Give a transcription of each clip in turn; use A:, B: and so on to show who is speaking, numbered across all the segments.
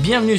A: Bienvenue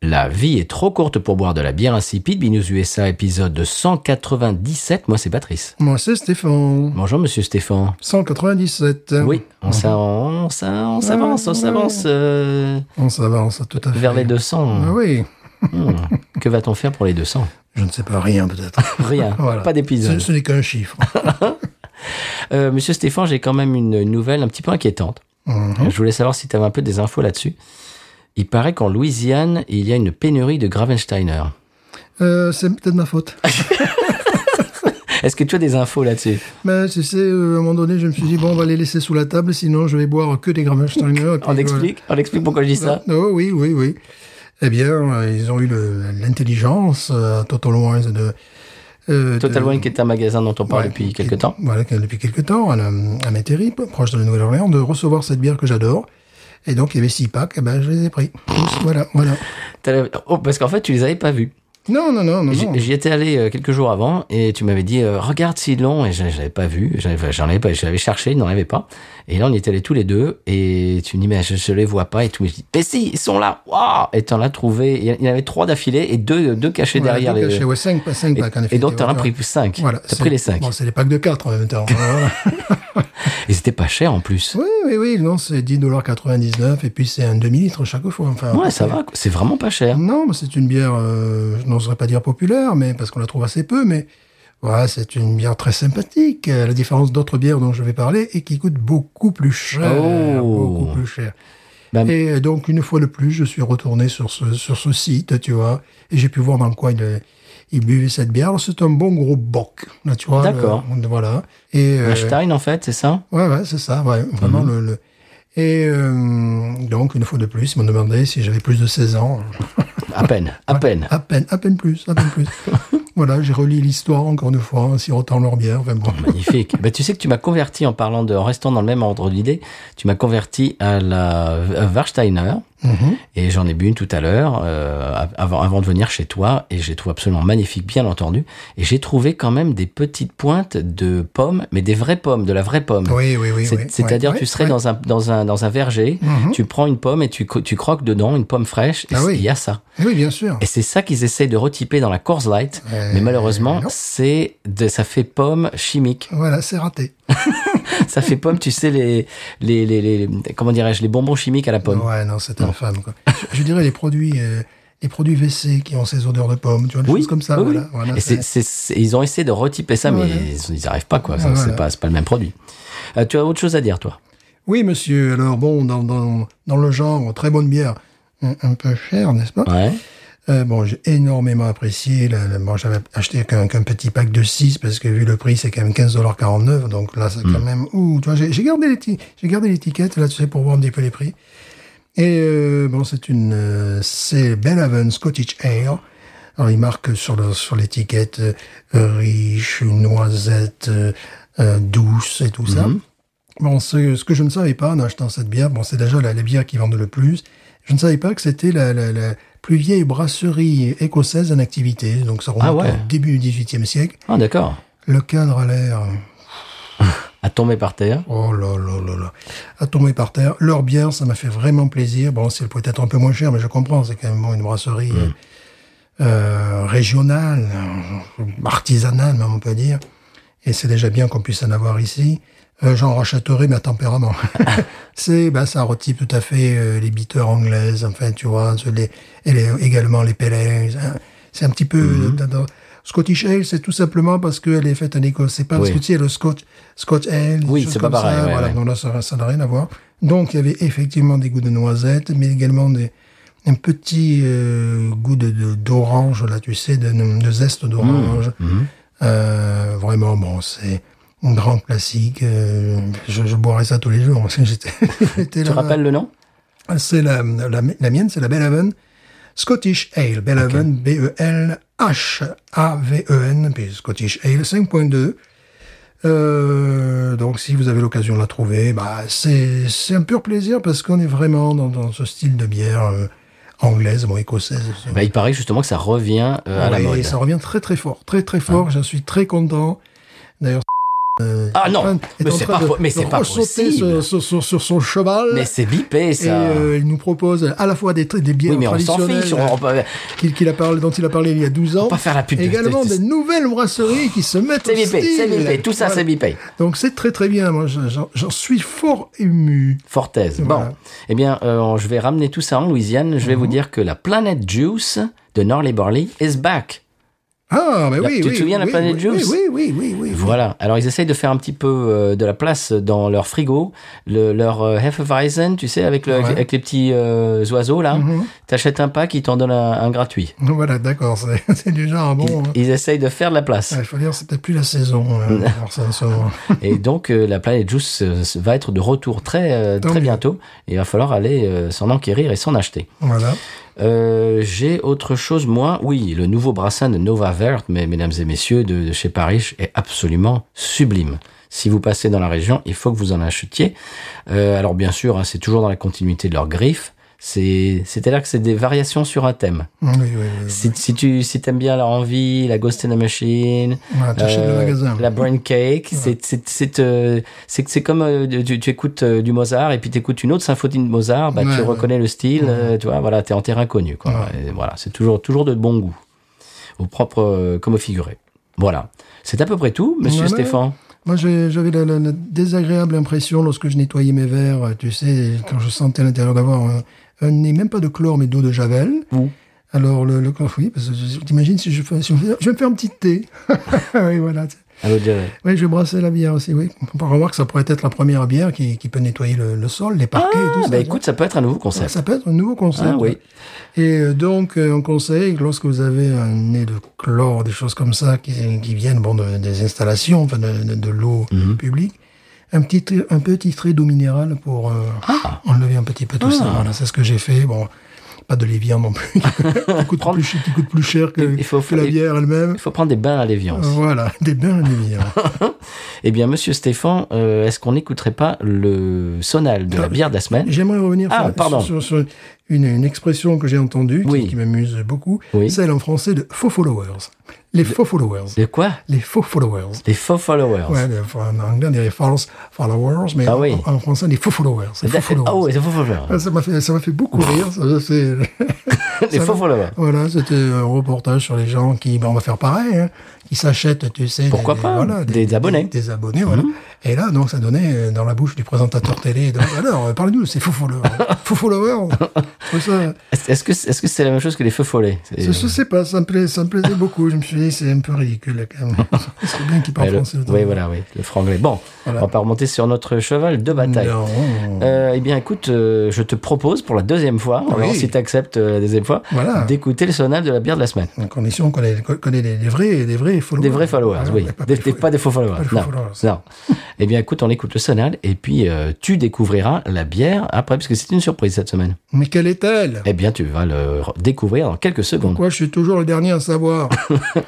A: La vie est trop courte pour boire de la bière insipide. Binous USA, épisode 197. Moi, c'est Patrice.
B: Moi, c'est Stéphane.
A: Bonjour, monsieur Stéphane.
B: 197.
A: Oui, on s'a- on s'a- on s'avance,
B: Ah,
A: on s'avance euh,
B: On s'avance, tout à fait.
A: vers les
B: Ah
A: 200.
B: oui.
A: Hmm. Que va-t-on faire pour les 200
B: Je ne sais pas, rien peut-être.
A: Rien,
B: Voilà.
A: pas
B: ce
A: d'épisode.
B: ce n'est qu'un chiffre.
A: Euh, Monsieur Stéphane, j'ai quand même une nouvelle un petit peu inquiétante. Je voulais savoir si tu avais un peu des infos là-dessus. Il paraît qu'en Louisiane, il y a une pénurie de Gravensteiner.
B: Euh, c'est peut-être ma faute.
A: Est-ce que tu as des infos là-dessus
B: Mais tu sais, euh, à un moment donné, je me suis dit, bon, on va les laisser sous la table, sinon je vais boire que des Grammelsteiner. et puis
A: On
B: voilà.
A: explique On explique pourquoi je dis ça
B: Oh, oui, oui, oui. Eh bien, euh, ils ont eu le- l'intelligence, euh, Total Wine, de... euh,
A: Total
B: de-
A: Wine, qui est un magasin dont on parle
B: Ouais,
A: depuis
B: qui-
A: quelques temps.
B: Voilà, que- depuis quelques temps, à, la- à Métairie, proche de la Nouvelle-Orléans, de recevoir cette bière que j'adore. Et donc, il y avait six packs, et ben, je les ai pris. Tous, voilà, voilà.
A: T'as la- Oh, parce qu'en fait, tu les avais pas vus.
B: Non, non, non, non,
A: J-
B: non.
A: J'y étais allé euh, quelques jours avant et tu m'avais dit euh, regarde si long et je, je l'avais pas vu, j'en avais, j'en avais pas, je l'avais cherché, il n'en avait pas. Et là on y était allés tous les deux et tu me dis mais je, je les vois pas et tout. Je dis mais si ils sont là, waouh Et t'en as trouvé, il y en- il y en avait trois d'affilée et deux deux cachés
B: Voilà,
A: derrière
B: donc,
A: les.
B: chez- ouais, cinq, pas- cinq
A: et,
B: packs, en effet.
A: et donc
B: tu
A: t'en
B: vois,
A: as pris cinq.
B: Voilà.
A: T'as
B: c'est-
A: pris les cinq.
B: Bon, c'est les packs de 4 en même temps. Voilà.
A: Et c'était pas cher en plus.
B: oui, oui, oui, non, c'est 10,99$, et puis c'est un demi-litre chaque fois. Enfin,
A: Ouais, ça va, quoi. c'est vraiment pas cher.
B: Non, mais c'est une bière, euh, je n'oserais pas dire populaire, mais parce qu'on la trouve assez peu, mais voilà, c'est une bière très sympathique, à la différence d'autres bières dont je vais parler et qui coûtent beaucoup plus cher.
A: Oh.
B: Beaucoup plus cher.
A: Bah,
B: Et donc, une fois de plus, je suis retourné sur ce, sur ce site, tu vois, et j'ai pu voir dans quoi il, il buvait cette bière. Alors, C'est un bon gros boc, là, tu vois.
A: D'accord.
B: le- voilà. Et, euh,
A: la Stein en fait, c'est ça
B: Ouais, ouais, c'est ça, ouais, vraiment
A: Mhm.
B: le. le- Et euh, donc, une fois de plus, ils m'ont demandé si j'avais plus de 16 ans.
A: À peine, à peine.
B: À peine, à peine plus, à peine plus. voilà, j'ai relis l'histoire encore une fois, en sirotant leur bière. Enfin bon.
A: Magnifique. Bah, tu sais que tu m'as converti en parlant de, en restant dans le même ordre d'idée, tu m'as converti à la à Warsteiner.
B: Mhm.
A: Et j'en ai bu une tout à l'heure, euh, av- avant, avant de venir chez toi, et j'ai trouvé absolument magnifique, bien entendu. Et j'ai trouvé quand même des petites pointes de pommes, mais des vraies pommes, de la vraie pomme.
B: Oui, oui, oui.
A: C'est-
B: oui,
A: C'est-à-dire,
B: ouais,
A: tu serais
B: ouais.
A: dans, un, dans, un, dans un verger,
B: Mhm.
A: tu prends une pomme et tu, co- tu croques dedans une pomme fraîche, et
B: Ah
A: c-
B: oui.
A: il y a ça.
B: Oui, bien sûr.
A: Et c'est ça qu'ils essayent de retyper dans la Coors Light,
B: Euh,
A: mais malheureusement,
B: non.
A: c'est de- ça fait pomme chimique.
B: Voilà, c'est raté.
A: ça fait pomme, tu sais, les, les, les, les- comment dirais-je, les bonbons chimiques à la pomme.
B: Ouais, non, c'est infâme. Quoi. Je- Je dirais les produits, euh, les produits WC qui ont ces odeurs de pommes, tu vois, des choses comme ça.
A: oui,
B: voilà,
A: oui.
B: voilà,
A: et c'est- c'est- c'est- ils ont essayé de retyper ça, mais
B: Voilà.
A: ils ils arrivent pas, quoi. Ça,
B: Voilà.
A: C'est pas, c'est pas le même produit. Euh, tu as autre chose à dire, toi
B: Oui, monsieur. Alors bon, dans, dans, dans le genre, très bonne bière, un, un peu cher, n'est-ce pas
A: Ouais.
B: Euh, bon, j'ai énormément apprécié. Là, là, bon, j'avais acheté qu'un qu'un petit pack de 6 parce que vu le prix, c'est quand même 15,49$. Donc là, c'est quand même... Ouh, tu vois, j'ai j'ai gardé les ti- j'ai gardé l'étiquette, là, tu sais, pour voir un petit peu les prix. Et euh, bon, c'est une... Euh, c'est Bellhaven Scottish Air. Alors, il marque sur le- sur l'étiquette euh, riche, noisette, euh, euh, douce et tout ça.
A: Mhm.
B: Bon, ce, ce que je ne savais pas en achetant cette bière, bon, c'est déjà la, la bière qui vendent le plus. Je ne savais pas que c'était la, la, la plus vieille brasserie écossaise en activité. Donc, ça remonte
A: Ah ouais.
B: au début du XVIIIe siècle.
A: Ah, d'accord.
B: Le cadre a l'air,
A: À tomber par terre.
B: oh là là là là, à tomber par terre. Leur bière, ça m'a fait vraiment plaisir. Bon, c'est peut-être un peu moins cher, mais je comprends. C'est quand même bon, une brasserie euh, régionale, euh, artisanale, même on peut dire. Et c'est déjà bien qu'on puisse en avoir ici. Euh, J'en rachèterai, mais à tempérament. c'est, bah, ça retype tout à fait euh, les biteurs anglaises, enfin, tu vois, ce- les, et les- également les pellets. C'est un petit peu. dans- dans- Scottish Ale, c'est tout simplement parce qu'elle est faite en Écosse. C'est pas
A: Oui.
B: parce que tu sais, le Scotch, Scotch Ale. des
A: Oui,
B: choses
A: c'est pas
B: comme ça,
A: pareil, ouais,
B: voilà.
A: ouais.
B: Donc là, ça ça n'a rien à voir. Donc, il y avait effectivement des goûts de noisettes, mais également des, un petit euh, goût de- de- d'orange, là, tu sais, de, de zeste d'orange.
A: Mmh,
B: Euh, vraiment, bon, c'est un grand classique. euh, je, je boirais ça tous les jours. parce que J'étais
A: Tu
B: j'étais là-bas.
A: rappelles le nom
B: C'est la, la, la mienne, c'est la Bellhaven Scottish Ale, E Belhaven, B-E-L-H-A-V-E-N, E puis Scottish Ale 5.2. Euh, donc si vous avez l'occasion de la trouver, bah, c'est c'est un pur plaisir parce qu'on est vraiment dans, dans ce style de bière euh, anglaise, bon écossaise.
A: Bah, il paraît justement que ça revient euh, à la
B: Ouais,
A: mode.
B: ça revient très très fort, très très fort. J'en suis très content. D'ailleurs. euh,
A: Ah non,
B: est en train-
A: mais
B: est en
A: c'est
B: train
A: pas
B: de-
A: po- mais
B: de
A: c'est pas
B: ressauter
A: possible.
B: Sur, sur- sur- sur son cheval.
A: Mais c'est bipé,
B: Et
A: ça.
B: euh, il nous propose à la fois des, tra- des bières
A: oui, mais on s'en
B: traditionnelles
A: fiche. On, on peut-
B: euh, qu'il- qu'il a parlé, dont il a parlé il y a 12 ans.
A: pas faire la pub de-
B: Également
A: de-
B: des nouvelles brasseries qui se mettent
A: c'est
B: au
A: bipé,
B: style.
A: c'est bipé. Tout ça,
B: Voilà.
A: c'est bipé.
B: Donc c'est très très bien. Moi, j'en- j'en j'en suis fort ému.
A: Fortez. Bon,
B: Voilà. Mhm.
A: eh bien, euh, je vais ramener tout ça en Louisiane. Je vais vous dire que la Planet Juice de Norley Borley is back.
B: Ah, mais
A: Là,
B: oui,
A: tu te
B: oui,
A: souviens de la
B: oui,
A: Planet
B: oui,
A: Juice
B: Oui, oui, oui, oui. oui.
A: Voilà. Alors, ils essayent de faire un petit peu euh, de la place dans leur frigo, le- leur euh, Hefeweizen, tu sais, avec, le-
B: Ouais. Mhm.
A: avec les petits euh, oiseaux là. T'achètes un pack, ils t'en donnent un, un gratuit.
B: Voilà, d'accord. C'est c'est du genre bon.
A: Ils,
B: hein.
A: ils essayent de faire de la place.
B: Ouais, Il faut dire, c'est peut-être plus la saison. euh, alors ça, en ce moment.
A: Et donc, euh, la planète Juice euh, s- va être de retour très, euh,
B: Tant
A: très
B: mieux.
A: bientôt. Et il va falloir aller euh, s'en enquérir et s'en acheter.
B: Voilà.
A: Euh, J'ai autre chose, moi. Oui, le nouveau brassin de Nova Vert, mes- mesdames et messieurs, de, de chez Paris, est absolument sublime. Si vous passez dans la région, il faut que vous en achetiez. Euh, alors, bien sûr, hein, c'est toujours dans la continuité de leurs griffes. C'est- C'est-à-dire que c'est des variations sur un thème.
B: Oui, oui, oui.
A: Si, si tu si aimes bien la envie, la Ghost in the Machine,
B: Voilà, t'achètes le magasin.
A: Euh, la Brain Cake, c'est- c'est- c'est euh, c'est que c'est comme euh, tu, tu écoutes euh, du Mozart et puis tu écoutes une autre symphonie de Mozart, bah,
B: Ouais,
A: tu
B: ouais.
A: reconnais le style, euh, tu vois, voilà, t'es en terrain connu. Quoi. Et voilà, c'est toujours, toujours de bon goût, au propre euh, comme au figuré. Voilà, c'est à peu près tout, monsieur
B: Voilà.
A: Stéphane.
B: Moi, j'ai- j'avais la, la- la désagréable impression lorsque je nettoyais mes verres, euh, tu sais, quand je sentais à l'intérieur d'avoir un, un nez, même pas de chlore, mais d'eau de javel.
A: Ouh.
B: Alors, le, le chlore, oui, parce que je- t'imagines si je fais, si je fais- je vais me faire un petit thé. oui, voilà.
A: À l'autre javel.
B: Oui, je vais brasser la bière aussi, oui. On peut revoir que ça pourrait être la première bière qui, qui peut nettoyer le, le sol, les parquets et tout
A: Ah,
B: ça.
A: bah écoute, ça peut être un nouveau concept.
B: Ça peut être un nouveau concept.
A: Ah oui.
B: Et euh, donc, euh, on conseille, que lorsque vous avez un nez de chlore, des choses comme ça, qui, qui viennent bon, de- des installations, enfin, de, de- de l'eau
A: Mhm.
B: publique, un petit, trait- un petit trait d'eau minérale pour euh,
A: Ah.
B: enlever un petit peu tout ça. Voilà, c'est ce que j'ai fait. Bon, pas de l'évian non plus, qui, coûte
A: Prendre-
B: plus ch- qui coûte plus cher que,
A: Il faut-
B: que la
A: il-
B: bière elle-même.
A: Il faut prendre des bains à l'évian. aussi.
B: Voilà, des bains à l'évian.
A: Eh bien, monsieur Stéphane, euh, est-ce qu'on n'écouterait pas le sonal de la bière de la semaine
B: J'aimerais revenir
A: Ah,
B: sur-
A: pardon.
B: sur, sur une, une expression que j'ai entendue, qui-
A: Oui.
B: qui, m'amuse beaucoup,
A: Oui.
B: celle en français de faux followers. Les faux followers.
A: De quoi
B: Les faux followers.
A: Les faux followers.
B: Ouais, le- en anglais, on dirait false followers, mais
A: Ah
B: en-
A: oui.
B: en, français, les faux followers. Les faux followers.
A: Ah ouais, les faux followers.
B: Ah, Ça m'a fait, ça m'a fait beaucoup rire. ça, c'est-
A: Les
B: ça
A: faux
B: m'a-
A: followers.
B: Voilà, c'était un reportage sur les gens qui, ben, on va faire pareil, hein, qui s'achètent, tu sais,
A: Pourquoi pas, des abonnés. Mhm.
B: des, abonnés, voilà. Et là, donc, ça donnait euh, dans la bouche du présentateur télé. donc, alors, euh, parlez-nous, c'est faux followers, faux followers. Je trouve ça,
A: Est-ce est-ce que c'est est-ce que c'est la même chose que les feux follets C'est-
B: je, je sais pas, ça me plaît, ça me plaisait beaucoup. Je me suis dit, c'est un peu ridicule quand même. c'est bien qu'ils parlent
A: Ouais, le-
B: français. autant.
A: Oui, voilà, oui, le franglais. Bon,
B: Voilà.
A: on va pas remonter sur notre cheval de bataille.
B: Non.
A: Euh, eh bien, écoute, euh, je te propose pour la deuxième fois, on va
B: Oui.
A: voir si tu acceptes la deuxième fois,
B: Voilà.
A: d'écouter le sonal de la bière de la semaine.
B: En condition qu'on ait- qu'on connaît des, des vrais, des vrais followers.
A: Des vrais followers,
B: Voilà,
A: oui.
B: Ah, mais pas
A: Des-
B: des
A: des-
B: faux-
A: pas des faux followers.
B: pas des faux
A: non.
B: followers.
A: non. eh bien, écoute, on écoute le sonal et puis euh, tu découvriras la bière après, parce que c'est une surprise cette semaine.
B: Mais quelle est-elle
A: Eh bien, tu vas le re- découvrir dans quelques secondes.
B: Pourquoi je suis toujours le dernier à savoir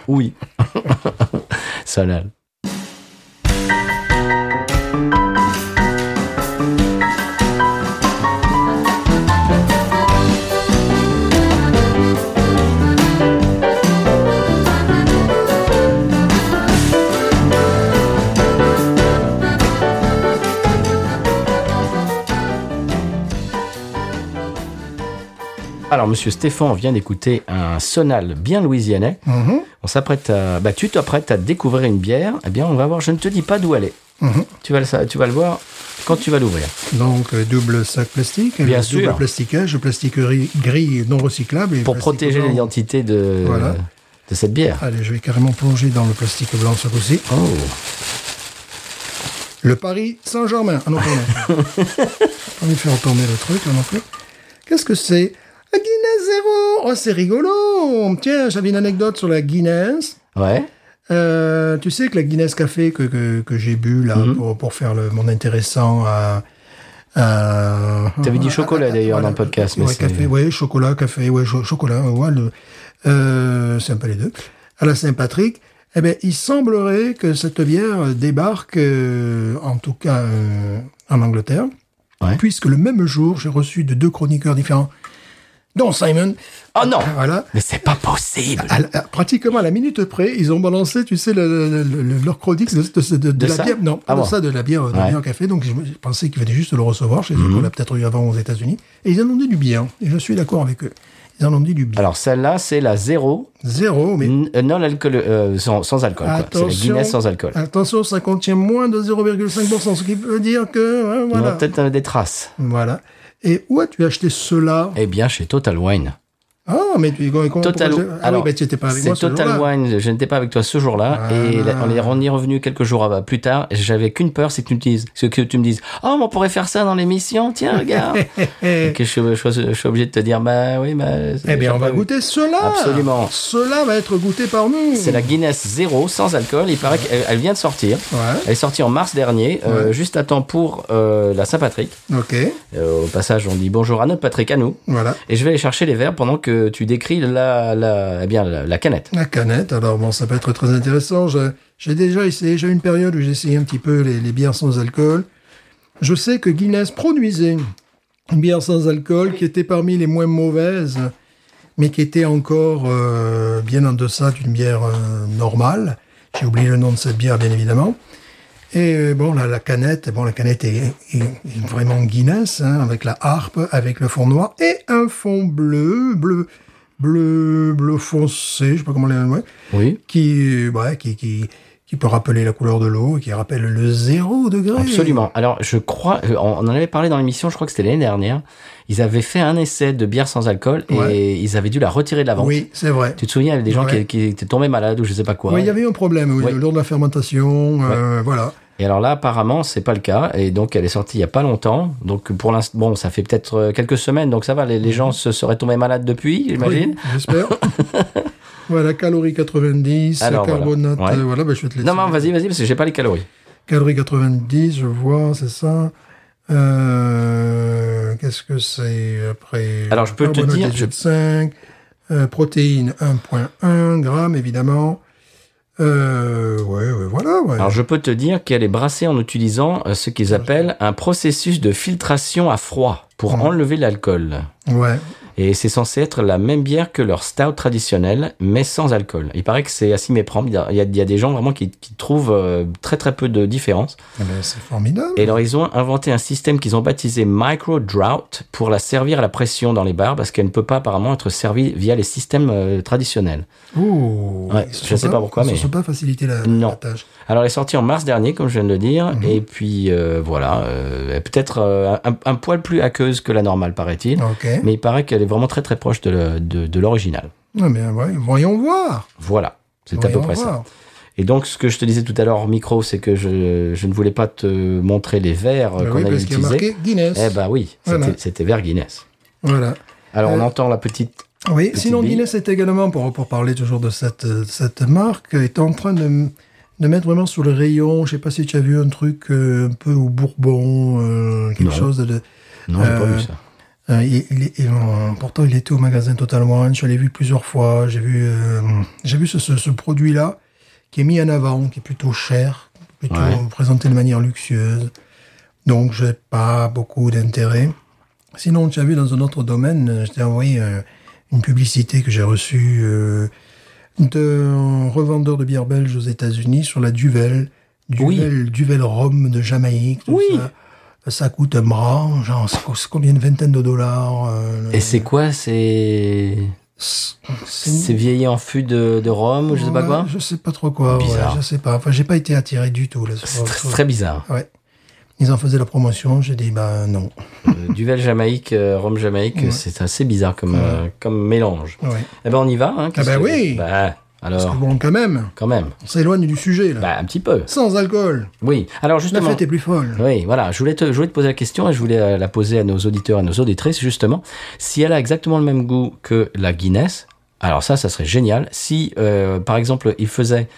A: Oui. Sonal. Alors, monsieur Stéphane vient d'écouter un sonal bien louisianais.
B: Mhm.
A: On s'apprête à. Bah, tu t'apprêtes à découvrir une bière. Eh bien, on va voir. Je ne te dis pas d'où elle est.
B: Mhm.
A: Tu vas le, sa- tu vas le voir quand tu vas l'ouvrir.
B: Donc, euh, double sac plastique,
A: Bien
B: euh,
A: sûr.
B: double plastiquage, plastiquerie gris non recyclable. et
A: Pour
B: plastique
A: protéger
B: blanc.
A: l'identité de,
B: Voilà.
A: de cette bière.
B: Allez, je vais carrément plonger dans le plastique blanc ce coup-ci.
A: Oh.
B: Le Paris Saint-Germain. Ah non, pardon. J'ai pas envie de faire tourner le truc, là non plus. Qu'est-ce que c'est La Guinness Zéro Oh, c'est rigolo Tiens, j'avais une anecdote sur la Guinness.
A: Ouais.
B: Euh, tu
A: Mhm.
B: sais que la Guinness Café que, que, que j'ai bu là pour, pour faire le, mon intéressant à, Euh,
A: T'avais dit chocolat, d'ailleurs, dans le podcast, mais
B: ouais,
A: c'est-
B: café, ouais, chocolat, café, ouais, cho- chocolat, ouais, le- euh, c'est un peu les deux. À la Saint-Patrick, eh ben, il semblerait que cette bière débarque, euh, en tout cas euh, en Angleterre,
A: Ouais.
B: puisque le même jour, j'ai reçu de deux chroniqueurs différents, dont Simon.
A: Oh non
B: Voilà.
A: Mais c'est pas possible
B: À la- à- pratiquement à la minute près, ils ont balancé, tu sais, le, le- le- leur chronique de, de- de- de
A: De
B: la
A: ça
B: bière. Non,
A: Ah
B: de
A: bon.
B: ça, de la bière, de la
A: Ouais. Mhm.
B: bière café. Donc, je me- je pensais qu'ils venaient juste le recevoir. Je sais qu'on l'a peut-être eu avant aux États-Unis. Et ils en ont dit du bien. Et je suis d'accord avec eux. Ils en ont dit du bien.
A: Alors celle-là, c'est la zéro,
B: Zéro, mais
A: n- euh, non alcool, euh, sans, sans alcool. quoi. C'est la
B: attention. Ah,
A: Guinness sans alcool.
B: Attention, ça contient moins de 0,5%, ce qui veut dire que, hein,
A: On a
B: voilà.
A: peut-être euh, des traces.
B: Voilà. Et où as-tu acheté cela?
A: Eh bien, chez Total Wine.
B: Ah, mais tu, comment, comment-
A: Total.
B: pourquoi- ah
A: alors,
B: oui, bah, tu étais pas avec
A: c'est
B: moi ce
A: Total
B: jour-là. Ah
A: Wine. Je n'étais pas avec toi ce jour-là, et la- on est on y est revenu quelques jours avant- plus tard. et J'avais qu'une peur, c'est que tu me dises, c'est que tu me dises, oh, mais on pourrait faire ça dans l'émission. Tiens, regarde. et que je, je- je- je suis obligé de te dire, bah oui, bah.
B: Eh bien, on va
A: pas-
B: goûter cela.
A: Absolument.
B: Cela va être goûté par nous.
A: C'est la Guinness zéro sans alcool. Il paraît qu'elle elle vient de sortir.
B: Ouais.
A: Elle est sortie en mars dernier, euh, juste à temps pour euh, la Saint-Patrick.
B: Ok.
A: Euh, au passage, on dit bonjour à notre Patrick, à nous.
B: Voilà.
A: Et je vais aller chercher les verres pendant que tu décris la, la, eh bien, la, la canette.
B: La canette, alors bon, ça peut être très intéressant. Je- J'ai déjà essayé, j'ai eu une période où j'ai essayé un petit peu les, les bières sans alcool. Je sais que Guinness produisait une bière sans alcool qui était parmi les moins mauvaises, mais qui était encore euh, bien en deçà d'une bière euh, normale. J'ai oublié le nom de cette bière, bien évidemment. Et euh, bon, la, la canette, bon, la canette est, est- est vraiment Guinness, hein, avec la harpe, avec le fond noir et un fond bleu, bleu, bleu, bleu foncé, je sais pas comment les ouais,
A: Oui.
B: qui, euh, ouais, qui, qui, qui peut rappeler la couleur de l'eau, qui rappelle le zéro degré.
A: Absolument. Alors, je crois, euh, on on en avait parlé dans l'émission, je crois que c'était l'année dernière. Ils avaient fait un essai de bière sans alcool et
B: Ouais.
A: ils avaient dû la retirer de la vente.
B: Oui, c'est vrai.
A: Tu te souviens, il y avait des gens
B: Ouais.
A: qui, qui étaient tombés malades ou je sais pas quoi.
B: Oui, il y avait eu un problème oui,
A: Ouais.
B: lors de la fermentation, euh, voilà.
A: Et alors là, apparemment, c'est pas le cas. Et donc, elle est sortie il y a pas longtemps. Donc, pour l'instant, bon, ça fait peut-être euh, quelques semaines. Donc, ça va, les,
B: Mhm.
A: les gens se seraient tombés malades depuis, j'imagine.
B: Oui, J'espère. voilà, calories 90,
A: Alors, voilà.
B: carbonate, euh,
A: Ouais.
B: voilà, bah, je vais te laisser.
A: Non, non, vas-y, vas-y, parce que j'ai pas les calories.
B: Calories 90, je vois, c'est ça. Euh, Qu'est-ce que c'est après
A: Alors, je peux te
B: Carbonate
A: dire, je-
B: 18,5, euh, protéines 1.1 grammes, évidemment. Euh, ouais, ouais, voilà. Ouais.
A: Alors, je peux te dire qu'elle est brassée en utilisant euh, ce qu'ils appellent un processus de filtration à froid pour
B: Mhm.
A: enlever l'alcool.
B: Ouais.
A: Et c'est censé être la même bière que leur stout traditionnel, mais sans alcool. Il paraît que c'est à s'y méprendre. Il y a- il y, a, il y a des gens vraiment qui, qui trouvent euh, très très peu de différence.
B: Eh ben, c'est formidable.
A: Et alors ils ont inventé un système qu'ils ont baptisé Micro Drought pour la servir à la pression dans les bars parce qu'elle ne peut pas apparemment être servie via les systèmes euh, traditionnels.
B: Ouh,
A: Ouais,
B: ils se
A: je
B: sont
A: sais pas pourquoi,
B: ils se
A: mais-
B: sont pas facilité la,
A: Non.
B: la tâche.
A: Alors elle est sortie en mars dernier, comme je viens de le dire, et puis euh, voilà, euh, peut-être euh, un, un poil plus aqueuse que la normale, paraît-il.
B: Ok.
A: Mais il paraît qu'elle est vraiment très très proche de le- de- de l'original.
B: Non, mais ouais, voyons voir.
A: Voilà, c'est à
B: Voyons
A: peu près ça.
B: voir.
A: Et donc, ce que je te disais tout à l'heure en micro, c'est que je, je ne voulais pas te montrer les verres euh,
B: Bah
A: qu'on
B: oui,
A: avait
B: parce qu'il y a
A: utilisés.
B: marqué Guinness.
A: Eh ben oui, c'était
B: Voilà.
A: c'était verre Guinness.
B: Voilà.
A: Alors, on
B: Euh,
A: entend la petite...
B: Oui,
A: Petite
B: sinon
A: bille.
B: Guinness est également, pour, pour parler toujours de cette, euh, cette marque, est en train de, de mettre vraiment sur le rayon, je sais pas si tu as vu un truc euh, un peu au Bourbon, euh, quelque
A: Non.
B: chose de...
A: Non, j'ai pas
B: euh,
A: vu ça.
B: euh, il- il est- il- euh, pourtant, il était au magasin Total Wine. Je l'ai vu plusieurs fois. J'ai vu, euh, j'ai vu ce, ce- ce produit-là qui est mis en avant, qui est plutôt cher, plutôt
A: Ouais.
B: présenté de manière luxueuse. Donc, j'ai pas beaucoup d'intérêt. Sinon, tu as vu dans un autre domaine, euh, je t'ai envoyé euh, une publicité que j'ai reçue euh, d'un revendeur de bière belge aux États-Unis sur la Duvel.
A: Oui.
B: Duvel, Duvel Rhum de Jamaïque. tout
A: Oui.
B: ça. Ça coûte un bras, genre, ça coûte combien une vingtaine de dollars euh,
A: Et c'est quoi C'est c'est vieilli en fût de, de rhum ou je sais pas
B: Ouais,
A: quoi
B: Je sais pas trop quoi. ouais,
A: Bizarre.
B: je sais pas. Enfin, j'ai pas été attiré du tout. Là, sur-
A: C'est très,
B: sur-
A: très bizarre.
B: Ouais. Ils en faisaient la promotion. J'ai dit, bah non.
A: Euh, Duvel Jamaïque, euh, rhum Jamaïque,
B: Ouais.
A: c'est assez bizarre comme, euh, comme mélange.
B: Ouais.
A: Eh ben, on y va. Hein, qu'est-ce
B: ben
A: que-
B: oui.
A: Bah,
B: Parce que
A: alors,
B: bon, quand même,
A: quand même.
B: on s'éloigne du sujet, là.
A: Bah, un petit peu.
B: Sans alcool.
A: Oui. Alors,
B: La
A: justement...
B: fête est plus folle.
A: Oui, voilà. Je voulais, te, je voulais te poser la question et je voulais euh, la poser à nos auditeurs et nos auditrices, justement. Si elle a exactement le même goût que la Guinness, alors ça, ça serait génial. Si, euh, par exemple, il faisait,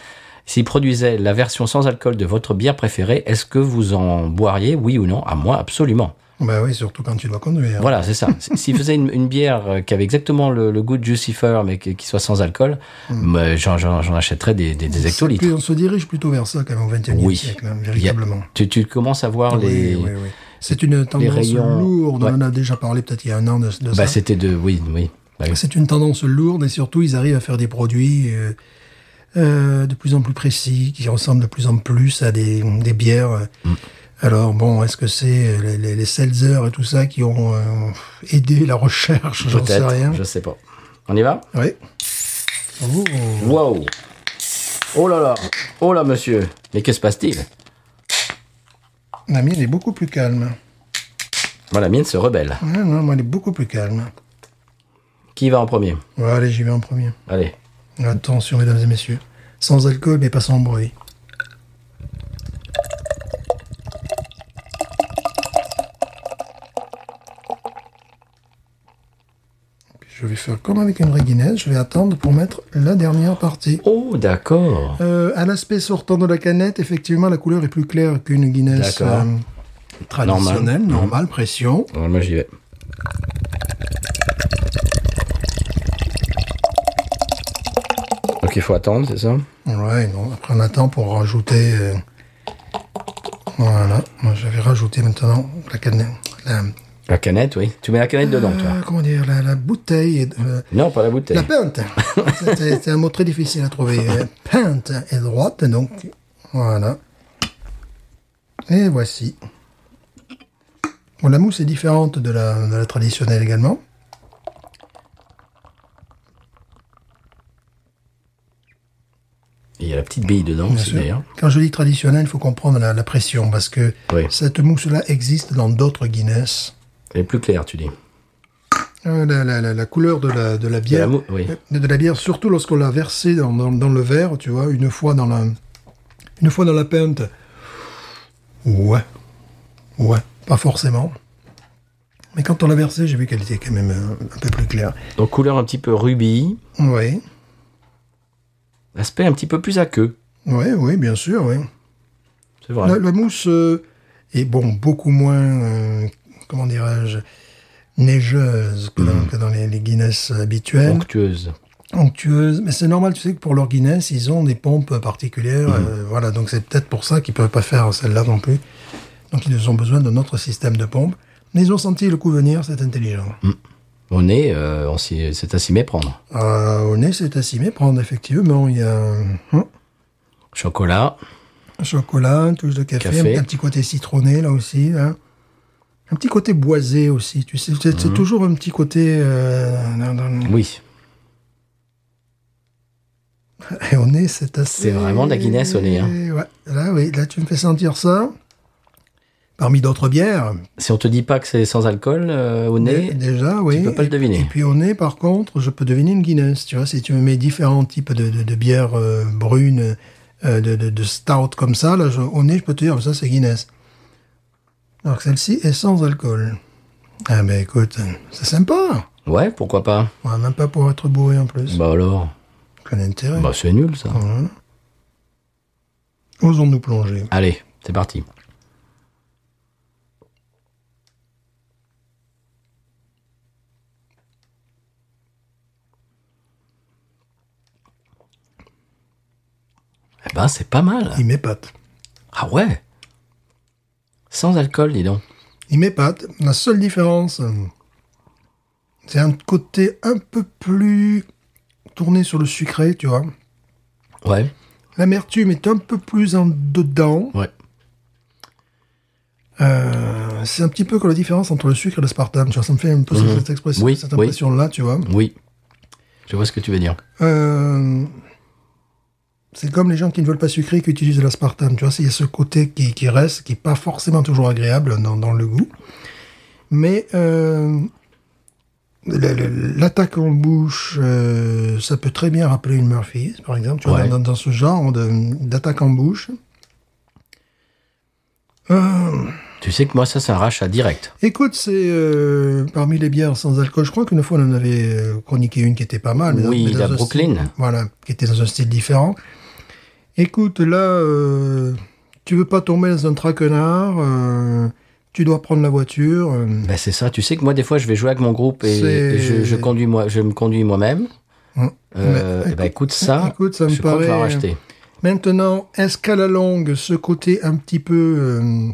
A: s'il produisait la version sans alcool de votre bière préférée, est-ce que vous en boiriez, oui ou non À moi, absolument.
B: Bah oui, surtout quand tu dois conduire.
A: Voilà, c'est ça. S- S'ils faisaient une, une bière euh, qui avait exactement le, le goût de Jucifer, mais qui, qui soit sans alcool, bah, j'en, j'en- j'en achèterais des, des, des
B: Hmm. C'est
A: hectolitres.
B: plus- on se dirige plutôt vers ça quand même au XXIe
A: Oui.
B: siècle, hein,
A: Il y a-
B: véritablement.
A: tu, tu commences à voir les.
B: Oui, oui, oui. C'est une tendance
A: rayons-
B: lourde.
A: Ouais.
B: On en a déjà parlé peut-être il y a un an de, de
A: Bah,
B: ça.
A: c'était de. Oui, oui. Bah, oui.
B: C'est une tendance lourde et surtout ils arrivent à faire des produits euh, euh, de plus en plus précis, qui ressemblent de plus en plus à des, des bières. euh.
A: Mm.
B: Alors bon, est-ce que c'est euh, les, les, les seltzers et tout ça qui ont euh, aidé la recherche J'en sais
A: Peut-être.
B: rien.
A: Je sais pas. On y va
B: Oui. Oh.
A: Wow Oh là là Oh là, monsieur Mais que se passe-t-il
B: La mienne est beaucoup plus calme.
A: Moi, la mienne se rebelle.
B: Non, non, moi, elle est beaucoup plus calme.
A: Qui va en premier
B: Ouais, allez, j'y vais en premier.
A: Allez.
B: Attention, mesdames et messieurs. Sans alcool, mais pas sans bruit. Puis Je vais faire comme avec une vraie Guinness, je vais attendre pour mettre la dernière partie.
A: Oh, d'accord.
B: Euh, à l'aspect sortant de la canette, effectivement, la couleur est plus claire qu'une Guinness
A: D'accord.
B: euh, traditionnelle, normale, pression.
A: Ouais, Moi, j'y vais. Donc, il faut attendre, c'est ça
B: Ouais, non. Après, on attend pour rajouter. euh, Voilà. Moi, je vais rajouter maintenant la canette. La...
A: La canette, oui. Tu mets la canette dedans, toi.
B: euh, comment dire La, la bouteille. est- euh,
A: Non, pas la bouteille.
B: La pinte. C'était c'était un mot très difficile à trouver. Euh, Pinte est droite, donc. Voilà. Et voici. Bon, la mousse est différente de la, de la traditionnelle également.
A: Il y a la petite bille dedans
B: Bien
A: aussi,
B: sûr.
A: d'ailleurs.
B: Quand je dis traditionnel, il faut comprendre la, la pression parce que
A: Oui.
B: cette mousse-là existe dans d'autres Guinness.
A: Elle est plus claire, tu dis.
B: Euh, La, la, la, la couleur de la,
A: De
B: de la
A: la
B: bière. Euh,
A: mou- oui.
B: De, de la bière, surtout lorsqu'on l'a versée dans, dans, dans le verre, tu vois, une fois dans la, une fois dans la pinte. Ouais. Ouais, pas forcément. Mais quand on l'a versée, j'ai vu qu'elle était quand même euh, un peu plus claire.
A: Donc, couleur un petit peu rubis.
B: Oui,
A: Aspect un petit peu plus aqueux.
B: oui, oui, bien sûr, oui.
A: C'est vrai.
B: La, la mousse euh, est, bon, beaucoup moins, euh, comment dirais-je, neigeuse que, dans, que dans les, les Guinness habituels.
A: Onctueuse.
B: onctueuse. Mais c'est normal, tu sais que pour leur Guinness, ils ont des pompes particulières. euh, voilà, donc c'est peut-être pour ça qu'ils peuvent pas faire celle-là non plus. Donc ils ont besoin d'un autre système de pompe. Mais ils ont senti le coup venir, c'est intelligent.
A: On est, euh, on s'y- c'est à s'y méprendre.
B: Euh, au nez, c'est à s'y méprendre, effectivement. Il y a hum,
A: Chocolat.
B: un chocolat, une touche de café,
A: Café.
B: Un, un petit côté citronné, là aussi. là. Un petit côté boisé aussi, tu sais. C'est c'est toujours un petit côté... euh, dans- dans-
A: Oui.
B: Et au nez, c'est assez.
A: C'est vraiment de la Guinness au nez, hein.
B: Ouais. Là, oui, là, tu me fais sentir ça. Parmi d'autres bières.
A: Si on te dit pas que c'est sans alcool euh, au nez,
B: Dé- déjà, oui.
A: peux pas le
B: Et-
A: deviner.
B: Et puis au nez, par contre, je peux deviner une Guinness. Tu vois, si tu me mets différents types de, de- de bières euh, brunes, euh, de, de, de stout comme ça, là, je- au nez, je peux te dire, ça, c'est Guinness. Alors que celle-ci est sans alcool. Ah, ben écoute, c'est sympa.
A: ouais, pourquoi pas
B: Ouais, même pas pour être bourré en plus.
A: Bah alors,
B: Quel intérêt.
A: bah c'est nul ça.
B: Voilà. Osons nous plonger.
A: Allez, c'est parti. Eh ben, c'est pas mal.
B: Il m'épate.
A: Ah ouais Sans alcool, dis donc.
B: Il m'épate. La seule différence, euh, c'est un côté un peu plus tourné sur le sucré, tu vois.
A: Ouais,
B: L'amertume est un peu plus en dedans.
A: ouais.
B: Euh, c'est un petit peu comme la différence entre le sucre et l'aspartame, tu vois. Ça me fait un peu cette expression,
A: Mhm. Oui,
B: cette
A: oui.
B: impression-là, tu vois.
A: Oui. Je vois ce que tu veux dire.
B: Euh, c'est comme les gens qui ne veulent pas sucrer qui utilisent de l'aspartame. Tu vois, il y a ce côté qui, qui reste, qui n'est pas forcément toujours agréable dans, dans le goût. Mais euh, le- le- l'attaque en bouche, euh, ça peut très bien rappeler une Murphy's, par exemple. Tu vois,
A: Ouais.
B: dans, dans ce genre de- d'attaque en bouche. Euh,
A: Tu sais que moi, ça, c'est un rachat direct.
B: Écoute, c'est euh, parmi les bières sans alcool. Je crois qu'une fois, on en avait euh, chroniqué une qui était pas mal. Ah, mais dans-
A: Oui,
B: mais dans
A: la
B: un style-
A: Brooklyn.
B: voilà, qui était dans un style différent. Écoute, là, euh, tu veux pas tomber dans un traquenard. euh, tu dois prendre la voiture. euh,
A: Ben, c'est ça. Tu sais que moi, des fois, je vais jouer avec mon groupe et,
B: C'est-
A: et je, je conduis moi, je me conduis moi-même.
B: Mm.
A: Euh,
B: Mais
A: eh ben, écoute ça.
B: écoute, ça me
A: je crois que je vais en
B: paraît-
A: racheter.
B: Maintenant, est-ce qu'à la longue, ce côté un petit peu, euh,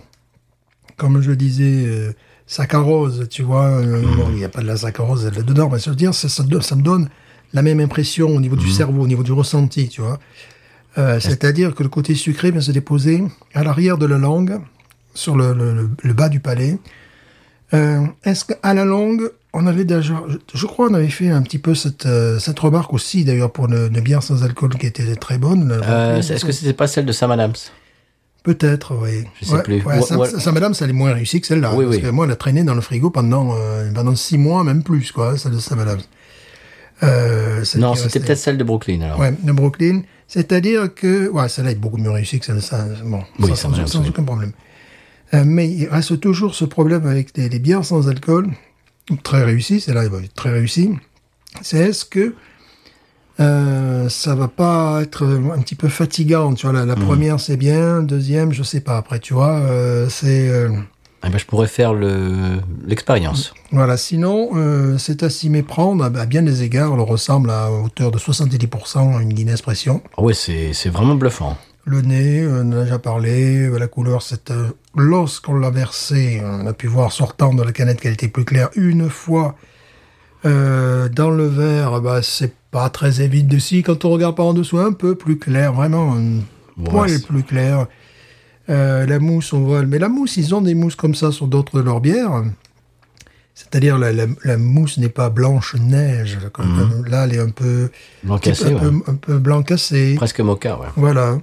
B: comme je disais, euh, saccharose, tu vois, euh,
A: Mm.
B: bon, il n'y a pas de la saccharose elle est dedans, mais ça veut dire, ça, ça, do- ça me donne la même impression au niveau
A: Mm.
B: du cerveau, au niveau du ressenti, tu vois. Euh, C'est-à-dire que le côté sucré vient se déposer à l'arrière de la langue, sur le, le- le- le bas du palais. Euh, est-ce qu'à la longue, on avait déjà, je, je crois, on avait fait un petit peu cette, euh, cette remarque aussi, d'ailleurs, pour une, une bière sans alcool qui était très bonne. la-
A: Euh, Est-ce que c'était pas celle de Sam Adams
B: Peut-être, oui.
A: Je sais plus. Ou-
B: ça,
A: ou-
B: ça- ça, madame, ça allait moins réussi que celle-là.
A: Oui,
B: parce
A: oui.
B: que moi, elle a traîné dans le frigo pendant, euh, pendant six mois, même plus, quoi, celle de sa madame. Euh, celle
A: Non,
B: qui est
A: c'était
B: restée-
A: peut-être celle de Brooklyn. Alors.
B: Ouais, de Brooklyn. C'est-à-dire que. Ouais, celle-là est beaucoup mieux réussie que celle-là. ça- Bon,
A: Oui,
B: ça,
A: ça
B: sans,
A: va,
B: sans
A: oui.
B: aucun problème. Euh, mais il reste toujours ce problème avec les, les bières sans alcool. Très réussie, celle-là est bah, très réussie. C'est est-ce que. Euh, ça va pas être un petit peu fatigant, tu vois. La, la
A: Hmm.
B: première c'est bien, deuxième je sais pas. Après tu vois, euh, c'est euh,
A: Eh ben, je pourrais faire le l'expérience.
B: voilà, sinon, euh, c'est à s'y méprendre. À- À bien des égards, on ressemble à hauteur de 70% à une Guinness Pression.
A: Ah ouais, c'est c'est vraiment bluffant.
B: Le nez, euh, on en a déjà parlé. euh, La couleur, c'est euh, lorsqu'on l'a versé, on a pu voir sortant de la canette qu'elle était plus claire une fois. euh, dans le verre, bah, c'est pas très évident si quand on regarde par en dessous, un peu plus clair, vraiment un
A: Ouais,
B: poil
A: c'est-
B: plus clair. Euh, la mousse, on voit. Mais la mousse, ils ont des mousses comme ça sur d'autres de leurs bières. C'est-à-dire la, la- la mousse n'est pas blanche neige. comme- comme là, elle est un peu,
A: Blanc
B: un,
A: cassé, Mhm. ouais.
B: peu, un peu blanc cassé.
A: presque mocha, ouais.
B: Voilà.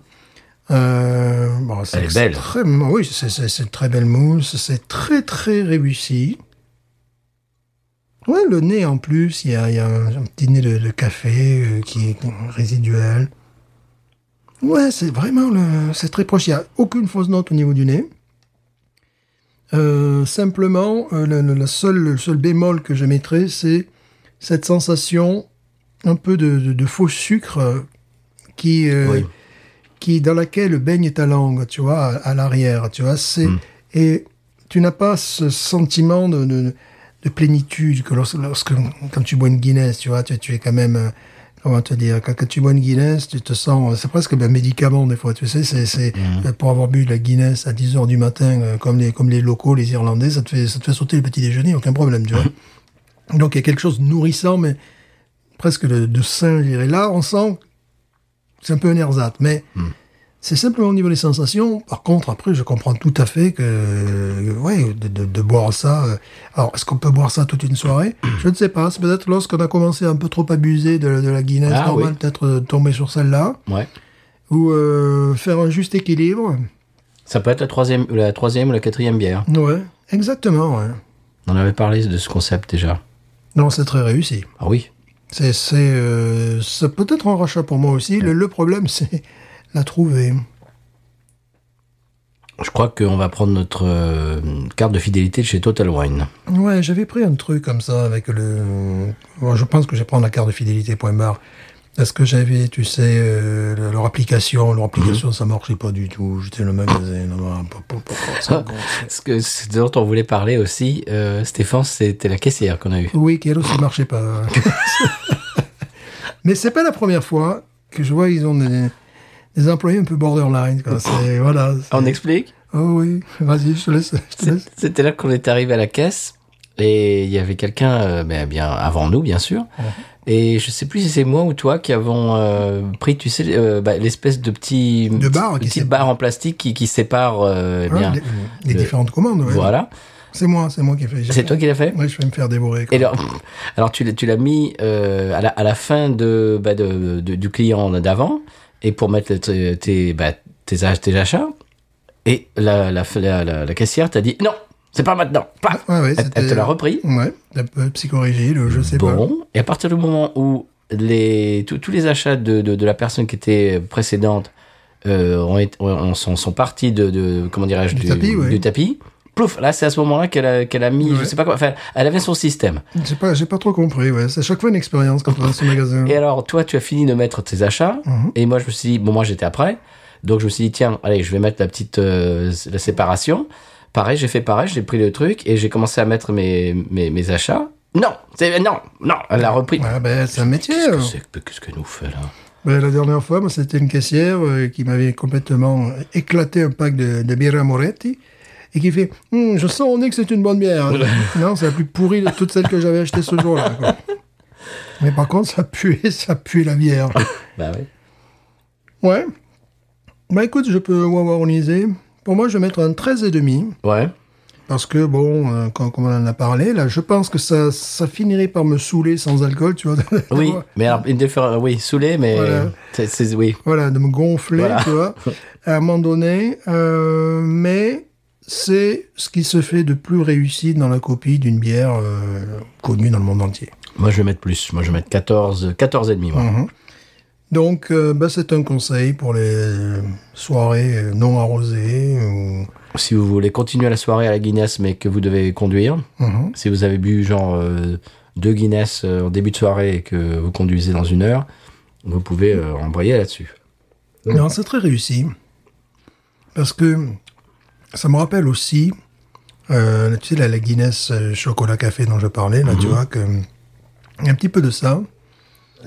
B: Euh, bon, c'est
A: Elle est belle.
B: extrêmement- oui, c'est- c'est c'est une très belle mousse. C'est très, très réussi. Ouais, le nez en plus, il y a, il y a un, un petit nez de, de café euh, qui est résiduel. Ouais, c'est vraiment le, c'est très proche. Il n'y a aucune fausse note au niveau du nez. Euh, simplement, euh, le, le- la seule- le seul bémol que je mettrais, c'est cette sensation un peu de, de- de faux sucre euh, qui, euh,
A: Oui.
B: qui dans laquelle baigne ta langue, tu vois, à, à l'arrière, tu vois. C'est et tu n'as pas ce sentiment de, de, de plénitude que lorsque, lorsque quand tu bois une Guinness, tu vois, tu, tu es quand même euh, comment te dire quand, quand tu bois une Guinness, tu te sens c'est presque un médicament des fois, tu sais, c'est c'est euh, pour avoir bu de la Guinness à 10 heures du matin euh, comme les comme les locaux, les Irlandais, ça te fait ça te fait sauter le petit déjeuner, aucun problème, tu vois. Donc il y a quelque chose de nourrissant, mais presque de, de sain, je dirais. Là, on sent que c'est un peu un ersatz, mais
A: Hmm.
B: c'est simplement au niveau des sensations. Par contre, après, je comprends tout à fait que, euh, ouais, de, de- de boire ça. euh, Alors, est-ce qu'on peut boire ça toute une soirée Je ne sais pas. C'est peut-être lorsqu'on a commencé à un peu trop abuser de, de la Guinness
A: Ah,
B: normale,
A: oui.
B: peut-être euh, tomber sur celle-là,
A: ouais.
B: ou euh, faire un juste équilibre.
A: Ça peut être la troisième, la troisième ou la quatrième bière.
B: Ouais, exactement. ouais.
A: On en avait parlé de ce concept déjà.
B: Non, c'est très réussi.
A: Ah oui.
B: C'est, c'est, euh, ça peut être un rachat pour moi aussi. Le, le problème, c'est la trouver.
A: Je crois qu'on va prendre notre euh, carte de fidélité de chez Total Wine.
B: Ouais, j'avais pris un truc comme ça avec le. Bon, je pense que je vais prendre la carte de fidélité point barre. Parce que j'avais, tu sais, euh, le- leur application, leur application, ça marchait pas du tout. J'étais le magasin. non, non, pas- pas- pas- pas- ça me gonfle.
A: Ce, que, ce dont on voulait parler aussi, euh, Stéphane, c'était la caissière qu'on a eue.
B: Oui, Kélo, ça marchait pas. Mais c'est pas la première fois que je vois, ils ont des, des employés un peu borderline. Quoi. C'est, voilà. c'est-
A: Ah, On explique
B: Oh oui, vas-y, je te laisse. Je te
A: C'est-
B: laisse.
A: C'était là qu'on est arrivé à la caisse et il y avait quelqu'un, euh, ben, bien avant nous, bien sûr. Et je sais plus si c'est moi ou toi qui avons euh, pris, tu sais, euh, bah, l'espèce de petit
B: De barre qui
A: petite
B: sépare.
A: barre en plastique qui, qui sépare. euh, eh
B: Hein,
A: bien,
B: les, les
A: le-
B: différentes commandes. ouais.
A: Voilà.
B: C'est moi, c'est moi qui ai fait.
A: C'est toi qui l'as fait.
B: Oui, je vais me faire dévorer. quoi.
A: Et alors, alors tu, l'as- tu l'as mis euh, à, la, à la fin de, bah, de- de- du client d'avant et pour mettre le- tes, tes, bah, tes, ach- tes achats. Et la, la, la, la- la caissière t'a dit non, c'est pas maintenant. Paf
B: Ouais, ouais,
A: elle, elle
B: c'était-
A: te l'a repris.
B: Ouais, un peu psychorigide, je sais pas.
A: Bon, et à partir du moment où les, tous- tous les achats de, de, de la personne qui était précédente euh, ont été- ont- ont- sont, sont partis de, de- comment dirais-je
B: Du tapis, ouais.
A: du tapis, plouf, là c'est à ce moment-là qu'elle a, qu'elle a mis, je
B: Ouais.
A: sais pas quoi, enfin, elle avait son système.
B: J'ai pas, j'ai pas trop compris, ouais. C'est à chaque fois une expérience quand on va dans ce magasin.
A: Et alors, toi, tu as fini de mettre tes achats.
B: Mm-hmm.
A: Et moi, je me suis dit, bon, moi, j'étais après. Donc, je me suis dit, tiens, allez, je vais mettre la petite euh, la séparation. Pareil, j'ai fait pareil, j'ai pris le truc et j'ai commencé à mettre mes, mes, mes achats. Non, c'est- non, non, elle a repris.
B: Ouais, ben, c'est un métier.
A: Qu'est-ce que
B: euh.
A: c'est que- qu'est-ce que nous fait là
B: Ben, la dernière fois, moi, c'était une caissière euh, qui m'avait complètement euh, éclaté un pack de, de birra Moretti et qui fait Hum, Je sens au nez que c'est une bonne bière. non, c'est la plus pourrie de toutes celles que j'avais achetées ce jour-là. quoi. Mais par contre, ça puait, ça puait la bière.
A: Bah ouais.
B: Ouais. Bah écoute, je peux wawaroniser. Pour moi, je vais mettre un 13,5.
A: Ouais.
B: Parce que, bon, euh, quand, comme on en a parlé, là, je pense que ça, ça finirait par me saouler sans alcool, tu vois.
A: Oui, mais alors, une différence, oui, saoulé, mais
B: Voilà.
A: c'est, c'est- oui.
B: Voilà, de me gonfler,
A: Voilà.
B: tu vois, à un moment donné. euh, mais c'est ce qui se fait de plus réussi dans la copie d'une bière euh, connue dans le monde entier.
A: Moi, je vais mettre plus. Moi, je vais mettre 14, 14 et demi,
B: Mm.
A: moi.
B: Donc, euh, bah, c'est un conseil pour les soirées euh, non arrosées. Ou...
A: Si vous voulez continuer la soirée à la Guinness, mais que vous devez conduire,
B: Mhm.
A: si vous avez bu genre euh, deux Guinness euh, en début de soirée et que vous conduisez dans une heure, vous pouvez euh, embrayer là-dessus.
B: Non, c'est très réussi. Parce que ça me rappelle aussi, euh, tu sais, la, la Guinness euh, chocolat café dont je parlais, là, tu vois, que, il y a un petit peu de ça.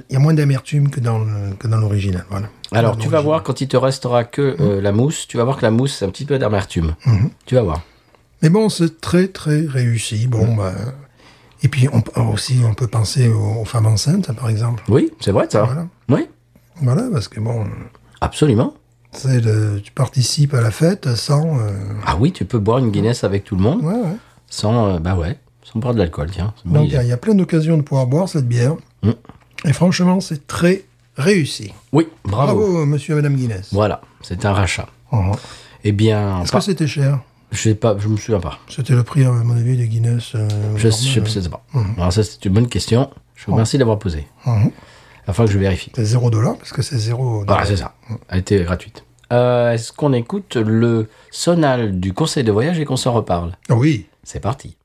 B: Il y a moins d'amertume que dans le- que dans l'original. Voilà.
A: Alors,
B: Dans
A: tu vas
B: l'original.
A: voir, quand il te restera que
B: Mmh.
A: euh, la mousse, tu vas voir que la mousse, c'est un petit peu d'amertume. Tu vas voir.
B: Mais bon, c'est très, très réussi. Bon, bah, et puis, on, peut- aussi, on peut penser aux, aux femmes enceintes, par exemple.
A: Oui, c'est vrai, ça.
B: Voilà.
A: Oui,
B: Voilà, parce que bon,
A: absolument.
B: c'est le- tu participes à la fête sans. euh,
A: Ah oui, tu peux boire une Guinness avec tout le monde
B: ouais, ouais.
A: sans, euh, bah ouais, sans boire de l'alcool, tiens. C'est une bonne
B: Donc, euh, il y
A: idée.
B: a- il y a plein d'occasions de pouvoir boire cette bière.
A: Mm.
B: Et franchement, c'est très réussi.
A: Oui, bravo.
B: Bravo, euh, monsieur et madame Guinness.
A: Voilà, c'est un rachat.
B: Oh.
A: Eh bien,
B: Est-ce
A: pas-
B: que c'était cher
A: je sais pas, je me souviens pas.
B: C'était le prix, à mon avis, de Guinness. euh,
A: Je,
B: normal. Mmh. Oh.
A: je sais pas. Alors ça, c'est une bonne question. Je vous remercie d'avoir posé.
B: Mhm.
A: Afin que je vérifie.
B: C'est 0 dollar parce que c'est 0
A: Voilà, c'est ça. Elle était gratuite. Euh, Est-ce qu'on écoute le sonal du conseil de voyage et qu'on s'en reparle
B: Ah Oui.
A: C'est parti.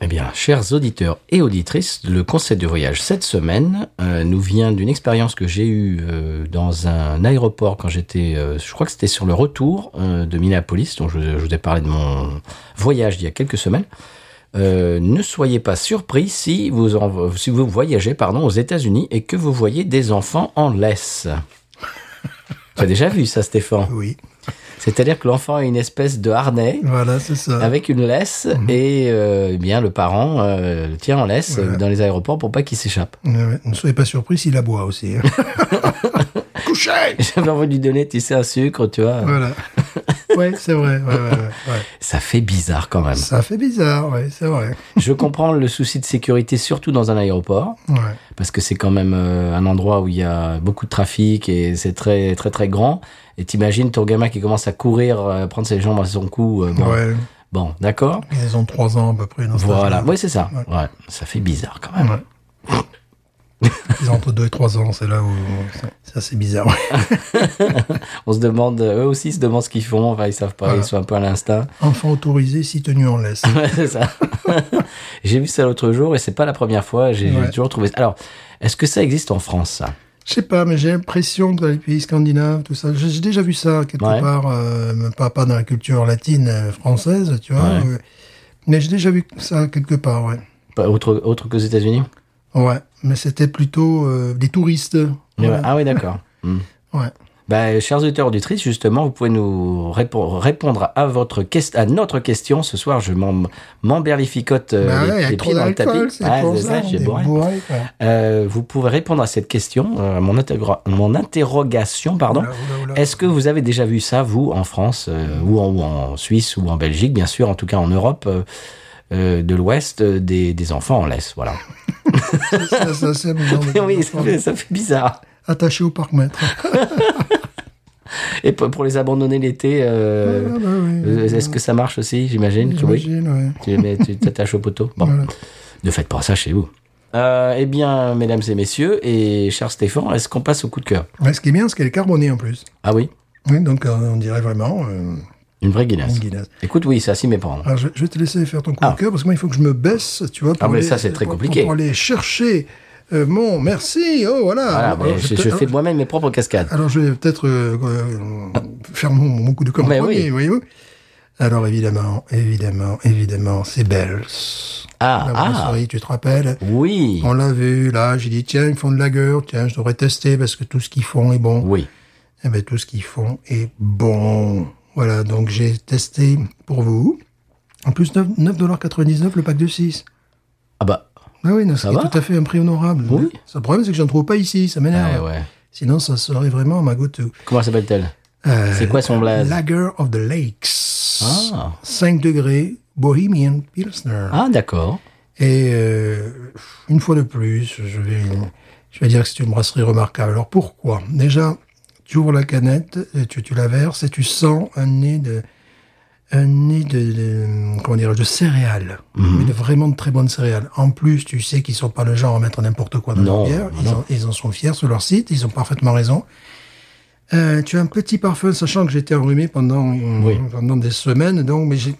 A: Eh bien, chers auditeurs et auditrices, le conseil de voyage cette semaine euh, nous vient d'une expérience que j'ai eue euh, dans un aéroport quand j'étais, euh, je crois que c'était sur le retour euh, de Minneapolis, dont je, je vous ai parlé de mon voyage d'il y a quelques semaines. Euh, ne soyez pas surpris si vous, en- si vous voyagez pardon, aux États-Unis et que vous voyez des enfants en laisse. tu as déjà vu ça, Stéphane
B: Oui.
A: C'est-à-dire que l'enfant a une espèce de harnais
B: Voilà, c'est ça.
A: avec une laisse
B: Mhm.
A: et euh, eh bien le parent euh, le tient en laisse
B: Voilà.
A: euh, dans les aéroports pour pas qu'il s'échappe.
B: Euh, ne soyez pas surpris s'il aboie aussi. hein. Couché
A: J'avais envie de lui donner, tu sais, un sucre, tu vois.
B: Voilà. Ouais, c'est vrai. ouais, ouais, ouais, ouais.
A: Ça fait bizarre quand même.
B: Ça fait bizarre, ouais, c'est vrai.
A: Je comprends le souci de sécurité, surtout dans un aéroport,
B: Ouais.
A: parce que c'est quand même euh, un endroit où il y a beaucoup de trafic et c'est très très très grand. Et t'imagines ton gamin qui commence à courir, euh, prendre ses jambes à son cou. euh, bon,
B: ouais.
A: bon d'accord.
B: Ils ont 3 ans à peu près. dans cet
A: Voilà.
B: âge-là.
A: Oui, c'est ça.
B: Ouais.
A: Ouais. Ça fait bizarre quand même.
B: Ouais. Ils ont entre 2 et 3 ans, c'est là où c'est- c'est assez bizarre.
A: On se demande, eux aussi se demandent ce qu'ils font. Enfin, ils savent pas,
B: Voilà.
A: ils sont un peu à l'instinct.
B: Enfant autorisé, si tenu en laisse.
A: Ouais, c'est ça. j'ai vu ça l'autre jour et c'est pas la première fois. J'ai j'ai
B: Ouais.
A: toujours trouvé. ça. Alors, est-ce que ça existe en France ça
B: Je sais pas, mais j'ai l'impression que dans les pays scandinaves, tout ça, j'ai j'ai déjà vu ça quelque
A: Ouais.
B: part, euh, mais pas, pas dans la culture latine euh, française, tu vois.
A: Ouais.
B: euh, mais j'ai déjà vu ça quelque part, ouais.
A: Pas autre, autre qu'aux États-Unis
B: Ouais, mais c'était plutôt euh, des touristes.
A: Ouais.
B: Voilà.
A: Ah oui, d'accord. Hmm.
B: Ouais.
A: Bah, chers auteurs auditrices, justement, vous pouvez nous répo- répondre à votre question, à notre question ce soir. Je m'en- m'emberlificote euh,
B: Bah
A: les,
B: ouais,
A: les
B: avec trop
A: pieds dans le tapis.
B: d'alcool, c'est
A: Ah,
B: pour
A: c'est
B: ça, on
A: j'ai
B: est
A: bourré.
B: bourré, quoi.
A: Euh, vous pouvez répondre à cette question, euh, à mon, interro- mon interrogation, pardon.
B: Oula, oula, oula.
A: Est-ce que vous avez déjà vu ça, vous, en France, euh, ou, en, ou en Suisse, ou en Belgique, bien sûr, en tout cas en Europe euh, euh, de l'Ouest, euh, des, des enfants en laisse, voilà.
B: C'est- c'est c'est assez amusant de-
A: oui, ça fait, ça fait bizarre.
B: Attaché au parc maître.
A: Et pour, pour les abandonner l'été, euh,
B: Ah, bah oui.
A: euh, est-ce que ça marche aussi, j'imagine que oui
B: J'imagine, ouais.
A: tu, les mets- tu t'attaches au poteau. Bon,
B: Voilà.
A: ne faites pas ça chez vous. Euh, eh bien, mesdames et messieurs, et cher Stéphane, est-ce qu'on
B: Ben,
A: passe au coup de cœur
B: Ouais, ce qui est bien, c'est qu'elle est carbonée en plus.
A: Ah oui
B: Oui, donc euh, on dirait vraiment. euh,
A: Une vraie Guinness.
B: Une Guinness.
A: Écoute, oui, Ah, c'est assis mes parents.
B: Alors, je, je vais te laisser faire ton coup
A: Ah.
B: de cœur parce que moi, il faut que je me baisse, tu vois. Pour
A: Ah, mais
B: aller-
A: ça, c'est très
B: pour-
A: compliqué.
B: Pour, aller chercher euh, mon merci. Oh, voilà.
A: Voilà,
B: Alors,
A: mais
B: je
A: Ah, je,
B: te-
A: je fais moi-même mes propres cascades.
B: Alors je vais peut-être euh, euh, faire mon, mon coup de corps en
A: Mais
B: premier,
A: oui.
B: voyez-vous. Alors évidemment, évidemment, évidemment, c'est Bells.
A: Ah,
B: la
A: ah.
B: brasserie, tu te rappelles
A: Oui,
B: On l'a vu, là, j'ai dit, tiens, ils font de la gueule, tiens, je devrais tester parce que tout ce qu'ils font est bon.
A: oui.
B: Eh ben, tout ce qu'ils font est bon. Voilà, donc j'ai testé pour vous. En plus, 9- 9,99$ le pack de 6.
A: Ah bah,
B: Ah oui, non, ce
A: Ça
B: qui est
A: va
B: tout à fait un prix honorable.
A: Oui.
B: Le problème, c'est que je ne trouve pas ici, ça m'énerve.
A: ouais, ouais.
B: Sinon, ça serait vraiment ma goutte.
A: Comment s'appelle-t-elle C'est quoi son blaze
B: Lager of the Lakes.
A: Ah.
B: 5 degrés, Bohemian Pilsner.
A: Ah, d'accord.
B: Et euh, une fois de plus, je vais, je vais dire que c'est une brasserie remarquable. Alors pourquoi Déjà, tu ouvres la canette, et tu, tu la verses et tu sens un nez de un nez de, de- comment dirais-je, de céréales,
A: Mhm.
B: mais de vraiment de très bonnes céréales. En plus, tu sais qu'ils sont pas le genre à mettre n'importe quoi dans
A: Non,
B: leur bière. Ils,
A: non.
B: en, ils en sont fiers sur leur site, ils ont parfaitement raison. Euh, tu as un petit parfum, sachant que j'étais enrhumé pendant une-
A: Oui.
B: pendant des semaines, donc mais j'ai-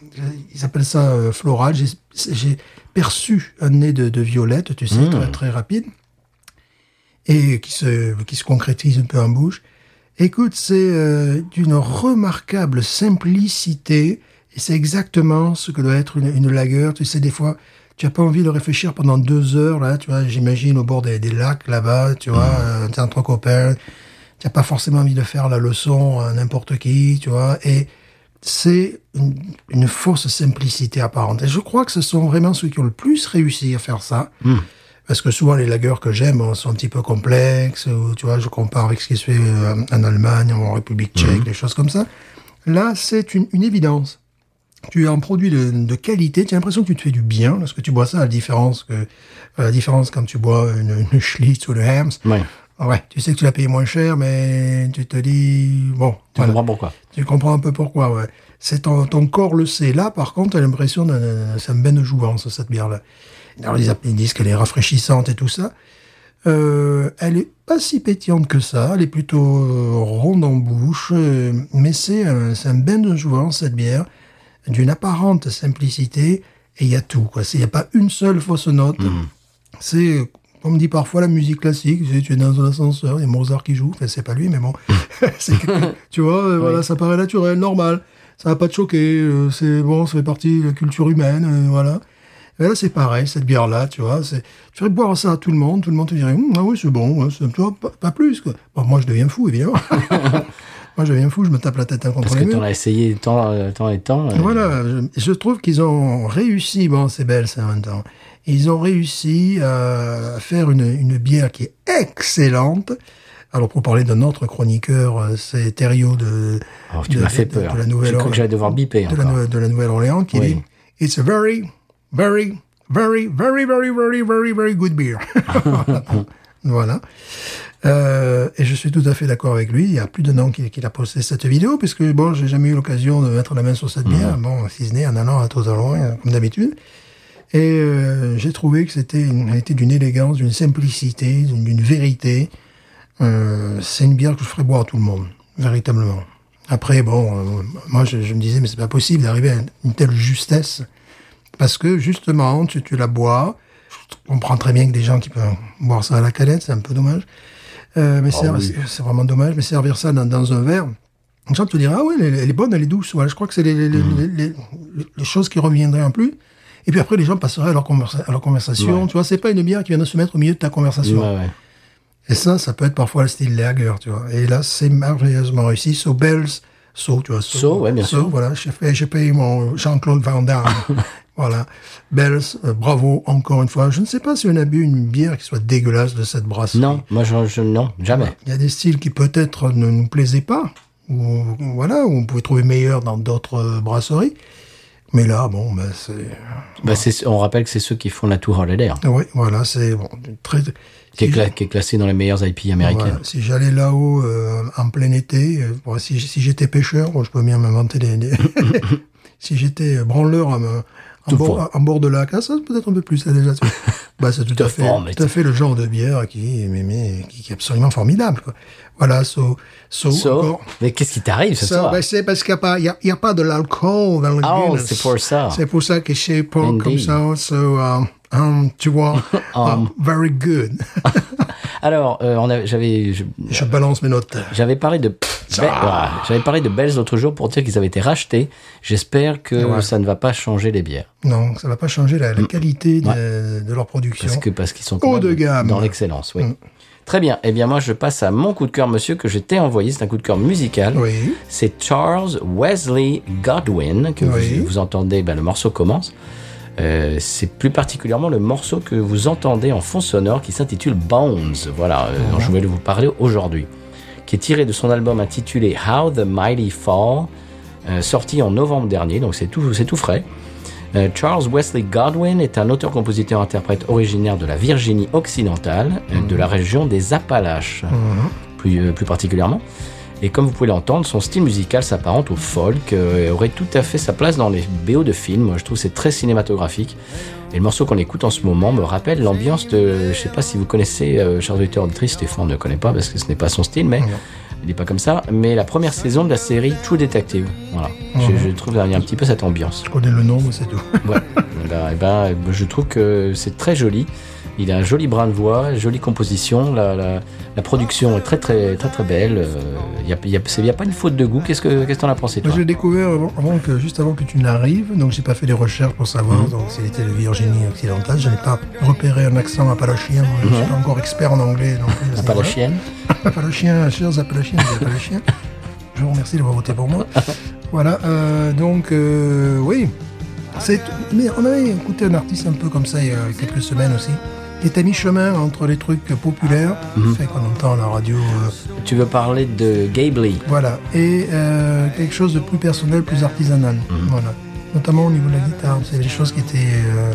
B: ils appellent ça euh, floral. J'ai- J'ai perçu un nez de, de violette, tu sais, très, très rapide, et qui se qui se concrétise un peu en bouche. Écoute, c'est euh, d'une remarquable simplicité, et c'est exactement ce que doit être une, une lagueur. Tu sais, des fois, tu as pas envie de réfléchir pendant deux heures, là, tu vois, j'imagine, au bord des, des lacs, là-bas, tu vois, euh, t'es entre copains, tu n'as pas forcément envie de faire la leçon à n'importe qui, tu vois, et c'est une, une fausse simplicité apparente. Et je crois que ce sont vraiment ceux qui ont le plus réussi à faire ça. Parce que souvent, les lagueurs que j'aime euh, sont un petit peu complexes, ou tu vois, je compare avec ce qui se fait euh, en Allemagne, en République tchèque, des choses comme ça. Là, c'est une, une évidence. Tu as un produit de, de qualité, tu as l'impression que tu te fais du bien lorsque tu bois ça, à la différence, que, à la différence quand tu bois une, une Schlitz ou le Hams.
A: Ouais.
B: Ah Ouais, tu sais que tu l'as payé moins cher, mais tu te dis, bon,
A: Tu
B: voilà.
A: comprends pourquoi
B: Tu comprends un peu pourquoi, ouais. C'est ton, ton corps le sait. Là, par contre, t'as l'impression d'un- d'un ça me bain de jouvence, cette bière-là. Alors, ils, app- ils disent qu'elle est rafraîchissante et tout ça. Euh, elle est pas si pétillante que ça. Elle est plutôt euh, ronde en bouche. euh, mais c'est un, c'est un bain de jouvence, cette bière, d'une apparente simplicité. Et il y a tout, quoi. Il n'y a pas une seule fausse note.
A: Hmm.
B: C'est, euh, on me dit parfois, la musique classique. Tu sais, tu es dans un ascenseur, il y a Mozart qui joue. Enfin, c'est pas lui, mais bon.
A: Hmm.
B: C'est que- tu vois, euh, voilà, ça paraît naturel, normal. Ça va pas te choquer. euh, c'est bon, ça fait partie de la culture humaine. euh, voilà. Et là, c'est pareil, cette bière-là, tu vois. c'est- Tu ferais boire ça à tout le monde, tout le monde te dirait, Hum, ah oui, c'est bon, ouais, c'est- tu vois, pas, pas plus. Quoi. Bon, moi, je deviens fou, évidemment. moi, je deviens fou, je me tape la tête hein, contre
A: Parce que
B: les murs.
A: t'en as essayé tant, euh, tant et tant. euh,
B: Voilà, je, je trouve qu'ils ont réussi, bon, c'est belle ça en même temps, ils ont réussi euh, à faire une, une bière qui est excellente. Alors, pour parler d'un autre chroniqueur, euh, c'est Thériault de,
A: oh, tu
B: de-
A: m'as fait
B: de- de
A: peur.
B: la
A: Je
B: Nouvelle-Orléans.
A: crois que j'allais devoir biper.
B: de la,
A: encore.
B: Nouvelle- de la Nouvelle-Orléans qui
A: Oui.
B: dit It's a very, very, very, very, very, very, very, very good beer. voilà. Euh, et je suis tout à fait d'accord avec lui. Il y a plus d'un an qu'il qu'il a posté cette vidéo, puisque bon, j'ai jamais eu l'occasion de mettre la main sur
A: Mm.
B: cette bière, bon, si ce n'est en allant à Total euh, comme d'habitude. Et euh, j'ai trouvé que c'était une- elle était d'une élégance, d'une simplicité, d'une d'une vérité. Euh, c'est une bière que je ferais boire à tout le monde, véritablement. Après, bon, euh, moi je, je me disais, mais c'est pas possible d'arriver à une telle justesse. Parce que justement, tu, tu la bois. Je comprends très bien que des gens qui peuvent boire ça à la canette, c'est un peu dommage. Euh, mais c'est-
A: Ah oui.
B: c'est vraiment dommage, mais servir ça dans, dans un verre. Les gens te diront, ah oui, elle, elle est bonne, elle est douce. Voilà, je crois que c'est les, les- les-
A: Mmh.
B: les- les- les choses qui reviendraient en plus. Et puis après, les gens passeraient à leur, conversa- à leur conversation. Tu vois, c'est pas une bière qui vient de se mettre au milieu de ta conversation.
A: Ouais, ouais.
B: Et ça, ça peut être parfois le style lager, tu vois. Et là, c'est merveilleusement réussi. So Bells, So, tu vois. So,
A: So, ouais, bien sûr.
B: voilà, j'ai fait- j'ai payé mon Jean-Claude Van Damme. voilà. Bells, euh, bravo, encore une fois. Je ne sais pas si on a bu une bière qui soit dégueulasse de cette brasserie.
A: Non, moi, je, je- non, jamais.
B: Il y a des styles qui peut-être ne nous plaisaient pas, ou voilà, ou on pouvait trouver meilleur dans d'autres euh, brasseries. Mais là, bon, ben, c'est...
A: Bah, c'est- on rappelle que c'est ceux qui font la Tour Holiday, hein,
B: Oui, voilà, c'est bon, très...
A: qui, est
B: si
A: cla- qui est classée dans les meilleures IP américaines.
B: Voilà, si j'allais là-haut euh, en plein été, euh, bon, si, si j'étais pêcheur, bon, je peux bien m'inventer des... des- si j'étais branleur en, En, bord,
A: forme.
B: en bord de lac, ah, ça c'est peut-être un peu plus, ça déjà. tu vois. bah, c'est tout,
A: De
B: à fait,
A: forme, mais
B: tout à fait le genre de bière qui, mais, mais, qui, qui est absolument formidable. Quoi. Voilà, so, so,
A: So,
B: encore-
A: mais qu'est-ce qui t'arrive ce
B: ça,
A: soir
B: bah, c'est parce qu'il n'y a, pas- il y a- il y a pas de l'alcool dans le
A: Ah, oh,
B: Guinness.
A: c'est pour ça.
B: C'est pour ça que chez Paul,
A: Indeed.
B: comme ça, so, um, um, tu vois, um, very good.
A: Alors, euh, on avait- j'avais je-
B: Je balance mes notes.
A: j'avais parlé de Be- voilà, j'avais parlé de Bells l'autre jour pour dire qu'ils avaient été rachetés. J'espère que
B: Ouais.
A: ça ne va pas changer les bières
B: Non, ça va pas changer la, la qualité de, de leur production.
A: Mm. parce que parce qu'ils sont
B: Haut
A: quand même
B: de gamme.
A: dans l'excellence. Oui.
B: Mm.
A: Très bien. Eh bien, moi, je passe à mon coup de cœur, monsieur, que je t'ai envoyé. C'est un coup de cœur musical.
B: Oui,
A: C'est Charles Wesley Godwin que
B: Oui.
A: vous, vous entendez. ben, le morceau commence. Euh, c'est plus particulièrement le morceau que vous entendez en fond sonore qui s'intitule Bones, voilà, euh, dont je voulais vous parler aujourd'hui, qui est tiré de son album intitulé How the Mighty Fall, euh, sorti en novembre dernier, donc c'est tout, c'est tout frais. Euh, Charles Wesley Godwin est un auteur-compositeur-interprète originaire de la Virginie occidentale, euh, de la région des Appalaches, plus, euh, plus particulièrement. Et comme vous pouvez l'entendre, son style musical s'apparente au folk euh, et aurait tout à fait sa place dans les BO de films. Moi, je trouve que c'est très cinématographique. Et le morceau qu'on écoute en ce moment me rappelle l'ambiance de. Je sais pas si vous connaissez, euh, chers auditeurs auditrices, Stéphane ne connaît pas parce que ce n'est pas son style, mais il n'est pas comme ça. Mais la première saison de la série True Detective. Voilà. Je, je trouve qu'il y a un petit peu cette ambiance.
B: je connais le nom, mais c'est tout.
A: Ouais. Eh ben, eh ben, je trouve que c'est très joli. Il a un joli brin de voix, jolie composition. La, la- la production est très très très très belle. Euh, Il n'y a, il y a- c'est- il y a pas une faute de goût. Qu'est-ce que qu'est-ce que t'en as pensé
B: Moi,
A: toi
B: je l'ai découvert avant, avant que, juste avant que tu n'arrives, donc j'ai pas fait des recherches pour savoir
A: Mm.
B: donc s'il était de Virginie occidentale. Je n'ai pas repéré un accent appalachien. Moi,
A: Mm.
B: Je suis pas encore expert en anglais. Donc, à ce
A: Pas la
B: niveau-là.
A: chienne
B: Appalachiens, chers Appalachiens, les Appalachiens. Je vous remercie d'avoir voté pour moi. Voilà, euh, donc euh, oui. C'est, mais on avait écouté un artiste un peu comme ça il y a quelques semaines aussi. Il est à mi-chemin entre les trucs populaires, fait qu'on entend à la radio, euh,
A: Tu veux parler de Gabley
B: voilà, et euh, quelque chose de plus personnel, plus artisanal. Voilà. Notamment au niveau de la guitare, c'est des choses qui étaient. euh,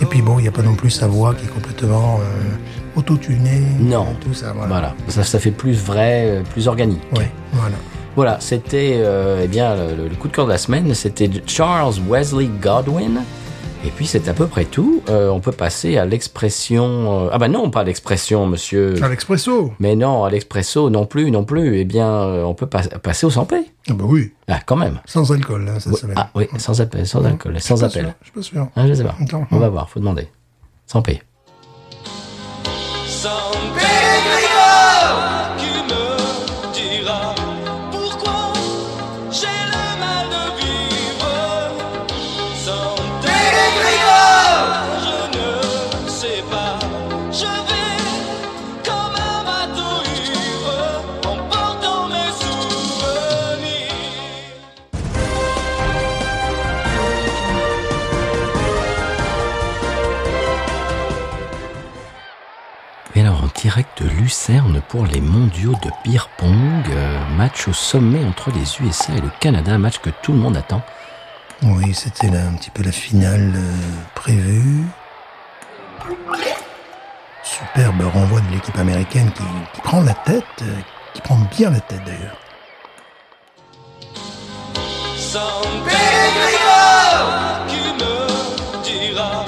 B: et puis bon, il n'y a pas non plus sa voix qui est complètement euh, autotunée.
A: Non.
B: Tout ça, voilà.
A: Voilà, ça, ça fait plus vrai, euh, plus organique.
B: Ouais, voilà.
A: Voilà, c'était euh, eh bien le, le coup de cœur de la semaine, c'était Charles Wesley Godwin. Et puis c'est à peu près tout. Euh, on peut passer à l'expression. euh, ah bah non, pas à l'expression, monsieur.
B: À l'expresso.
A: Mais non, à l'expresso, non plus, non plus. Eh bien, euh, on peut pas- passer au sans paix.
B: Ah bah oui,
A: Ah, quand même.
B: sans alcool hein, cette
A: Oui,
B: semaine.
A: Ah oui, sans appel, sans alcool, sans
B: Je suis pas
A: appel.
B: sûr, Je suis pas sûr.
A: Ah, je sais pas.
B: Attends.
A: On va voir, faut demander. Sans paix.
C: Sans Pégrillard qui me dira pourquoi j'ai le mal de vivre. Sans Pégrillard, je ne sais pas. Je vais comme un bateau ivre en portant mes souvenirs.
A: Et alors, en direct de Lucerne pour les mondiaux de beer pong, euh, match au sommet entre les USA et le Canada, match que tout le monde attend.
B: Oui, c'était là un petit peu la finale euh, prévue. Superbe renvoi de l'équipe américaine qui, qui prend la tête, euh, qui prend bien la tête d'ailleurs.
C: Sans Pégrillard qui me dira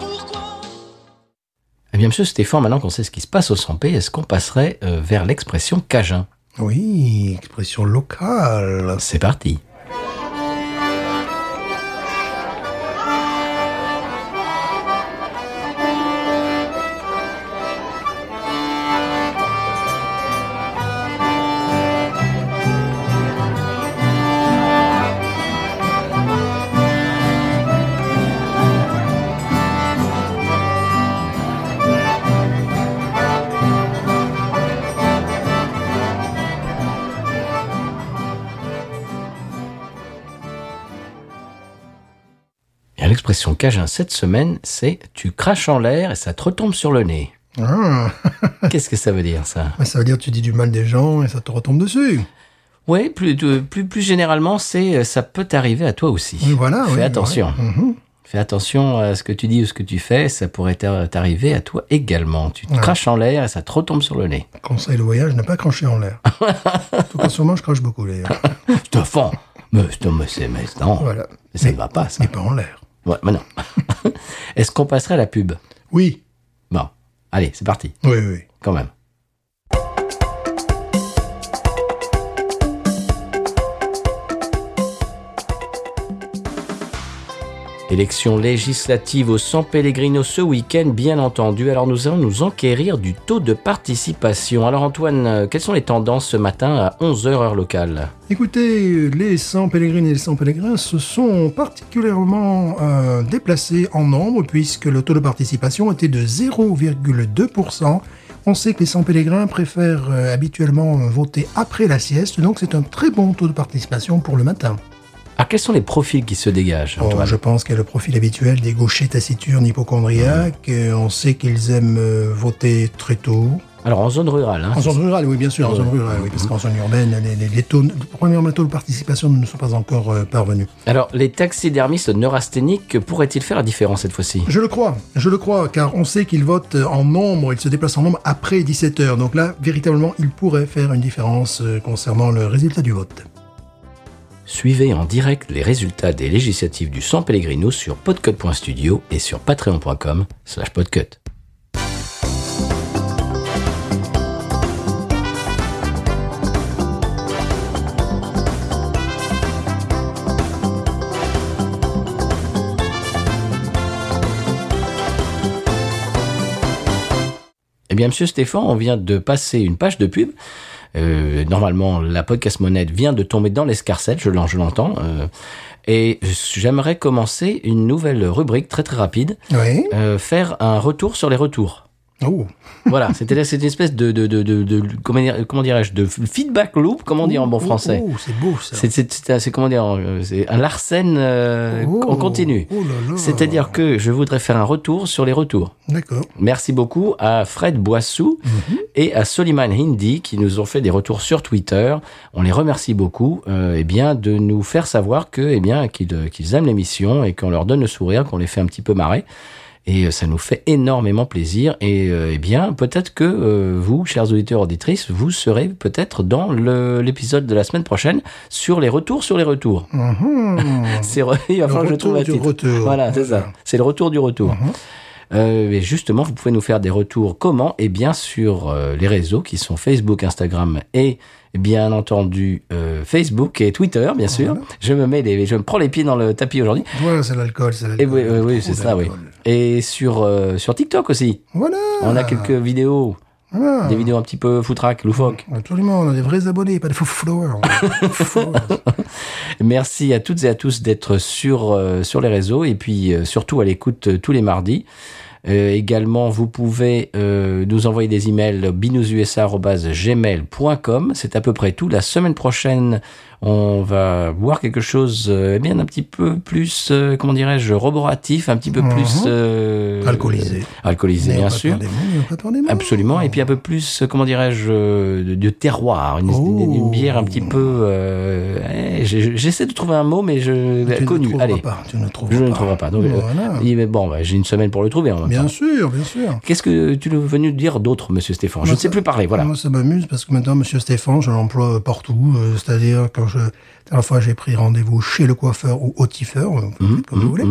C: pourquoi.
A: Eh bien, monsieur Stéphane, maintenant qu'on sait ce qui se passe au sans paix, est-ce qu'on passerait euh, vers l'expression cajun
B: Oui, expression locale.
A: C'est parti. Et l'expression cajun cette semaine, c'est tu craches en l'air et ça te retombe sur le nez.
B: Ah,
A: Qu'est-ce que ça veut dire ça
B: ça veut dire que tu dis du mal des gens et ça te retombe dessus.
A: Oui, plus, de- plus, plus généralement, c'est euh, ça peut t'arriver à toi aussi.
B: Oui, voilà.
A: Fais
B: oui,
A: attention.
B: ouais. Mhm.
A: Fais attention à ce que tu dis ou ce que tu fais, ça pourrait t'ar- t'arriver à toi également. Tu te
B: Ouais.
A: craches en l'air et ça te retombe sur le nez.
B: Conseil de voyage, ne pas cracher en l'air. en tout cas, sûrement, je crache beaucoup d'ailleurs.
A: Je te fends. Mais, c'est- mais c'est mais non.
B: Voilà.
A: Ça ne
B: Mais-
A: va pas, ça.
B: Mais pas en l'air.
A: Ouais, maintenant. Est-ce qu'on passerait à la pub
B: Oui,
A: Bon, allez, c'est parti,
B: oui, oui.
A: quand même. Élection législative au San Pellegrino ce week-end, bien entendu. Alors nous allons nous enquérir du taux de participation. Alors Antoine, euh, quelles sont les tendances ce matin à 11h heure locale
B: Écoutez, les 100 pèlerines et les 100 pèlerins se sont particulièrement euh, déplacés en nombre puisque le taux de participation était de 0,2%. On sait que les 100 pèlerins préfèrent euh, habituellement voter après la sieste, donc c'est un très bon taux de participation pour le matin.
A: Alors Ah, quels sont les profils qui se dégagent
B: Bon,
A: Antoine
B: je pense qu'il y a le profil habituel des gauchers taciturnes hypochondriaques. Euh, On sait qu'ils aiment euh, voter très tôt.
A: Alors en zone rurale, hein,
B: Oh. En zone rurale, oui, bien sûr, en zone rurale, oui, parce qu'en zone urbaine, les, les- les taux, premièrement, les taux de participation ne sont pas encore euh, parvenus.
A: Alors, les taxidermistes neurasthéniques, que pourraient-ils faire la différence cette fois-ci
B: Je le crois, je le crois, car on sait qu'ils votent en nombre, ils se déplacent en nombre après 17 heures. Donc là, véritablement, ils pourraient faire une différence euh, concernant le résultat du vote.
A: Suivez en direct les résultats des législatives du San Pellegrino sur podcut.studio et sur patreon.com slash podcut. Eh bien, monsieur Stéphane, on vient de passer une page de pub. Euh, normalement, la podcast monnaie vient de tomber dans l'escarcelle, je l'en- je l'entends. euh, et j'aimerais commencer une nouvelle rubrique très très rapide,
B: Oui.
A: euh, faire un retour sur les retours.
B: Oh.
A: Voilà, c'est-à-dire c'est une espèce de, de, de, de, de- comment, dire- comment dirais-je de feedback loop, comment dire en bon
B: Oh,
A: français.
B: Oh, c'est beau ça.
A: C'est c'est- c'est un- c'est comment dire euh, c'est un Larsen euh,
B: Oh.
A: en continu.
B: Oh là là.
A: C'est-à-dire que je voudrais faire un retour sur les retours.
B: D'accord.
A: Merci beaucoup à Fred Boissou et à Soliman Hindi qui nous ont fait des retours sur Twitter. On les remercie beaucoup euh, eh bien, de nous faire savoir que eh bien qu'ils euh, qu'ils aiment l'émission et qu'on leur donne le sourire, qu'on les fait un petit peu marrer. Et euh, ça nous fait énormément plaisir. Et euh, eh bien, peut-être que euh, vous, chers auditeurs auditrices, vous serez peut-être dans le- l'épisode de la semaine prochaine sur les retours sur les retours.
B: Mhm.
A: C'est re- il va
B: Le
A: falloir que je
B: retour
A: trouve un
B: du
A: titre.
B: retour.
A: Voilà, c'est ça. C'est le retour du retour. Euh, et justement, vous pouvez nous faire des retours. Comment Eh bien, sur euh, les réseaux qui sont Facebook, Instagram et bien entendu euh, Facebook et Twitter, bien sûr. Je me mets les, je me prends les pieds dans le tapis aujourd'hui.
B: Voilà, c'est l'alcool. c'est
A: Et
B: l'alcool.
A: oui, oui, oui,
B: Trop
A: c'est ça, oui.
B: d'alcool.
A: Et sur euh, sur TikTok aussi.
B: Voilà.
A: On a quelques vidéos,
B: Voilà.
A: des vidéos un petit peu foutraques, loufoques.
B: Absolument, on a des vrais abonnés, pas des faux followers. Faux followers.
A: Merci à toutes et à tous d'être sur, euh, sur les réseaux et puis euh, surtout à l'écoute euh, tous les mardis. Euh, également, vous pouvez euh, nous envoyer des emails binoususa.gmail.com. C'est à peu près tout. La semaine prochaine, on va voir quelque chose euh, eh bien un petit peu plus, euh, comment dirais-je, roboratif, un petit peu plus... euh,
B: Alcoolisé.
A: Alcoolisé,
B: Mais on
A: bien
B: va te
A: sûr.
B: faire des mots, on va te faire des mots.
A: Absolument, et puis un peu plus, euh, comment dirais-je, euh, de, de terroir, une,
B: Oh.
A: une- une bière un petit peu... euh, eh, j'ai- J'essaie de trouver un mot, mais
B: Tu
A: je...
B: ne
A: Connu,
B: trouveras
A: allez.
B: pas, tu ne trouveras
A: Je ne
B: pas.
A: le trouverai pas. Donc, euh,
B: Voilà.
A: il- mais bon, bah, j'ai une semaine pour le trouver en même
B: Bien
A: temps.
B: sûr, bien sûr.
A: Qu'est-ce que tu es venu dire d'autre, monsieur Stéphane Je ne sais plus parler, voilà.
B: Moi, ça m'amuse parce que maintenant, Monsieur Stéphane, je l'emploie partout. euh, C'est-à-dire, quand je, la dernière fois, j'ai pris rendez-vous chez le coiffeur ou au tifeur, euh, vous
A: Hum,
B: faites
A: Mmh,
B: comme vous voulez.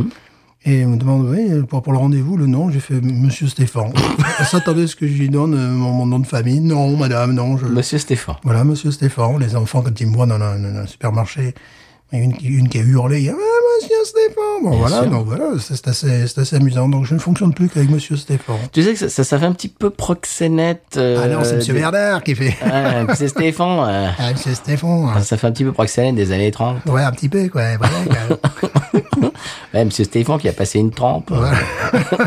B: Et il me demande, oui, pour, pour le rendez-vous, le nom, j'ai fait Monsieur Stéphane. Elle s'attendait à ce que je lui donne euh, mon, mon nom de famille. Non, madame, non. Je...
A: Monsieur Stéphane.
B: Voilà, Monsieur Stéphane, les enfants, quand ils me voient dans un, dans un supermarché, il y en a une, qui- une qui a hurlé, ah, Monsieur Stéphane Bon, voilà,
A: sûr.
B: donc voilà, c'est c'est assez, c'est assez amusant. Donc je ne fonctionne plus qu'avec Monsieur Stéphane.
A: Tu sais que ça, ça, ça fait un petit peu proxénète. euh,
B: ah non, c'est Monsieur
A: des-
B: Werner qui fait.
A: Ah, monsieur Stéphane. euh,
B: Ah, Monsieur Stéphane. hein.
A: ça fait un petit peu proxénète des années 30.
B: Ouais, un petit peu, quoi. Voilà, quoi.
A: Ouais, monsieur Stéphane qui a passé une trempe.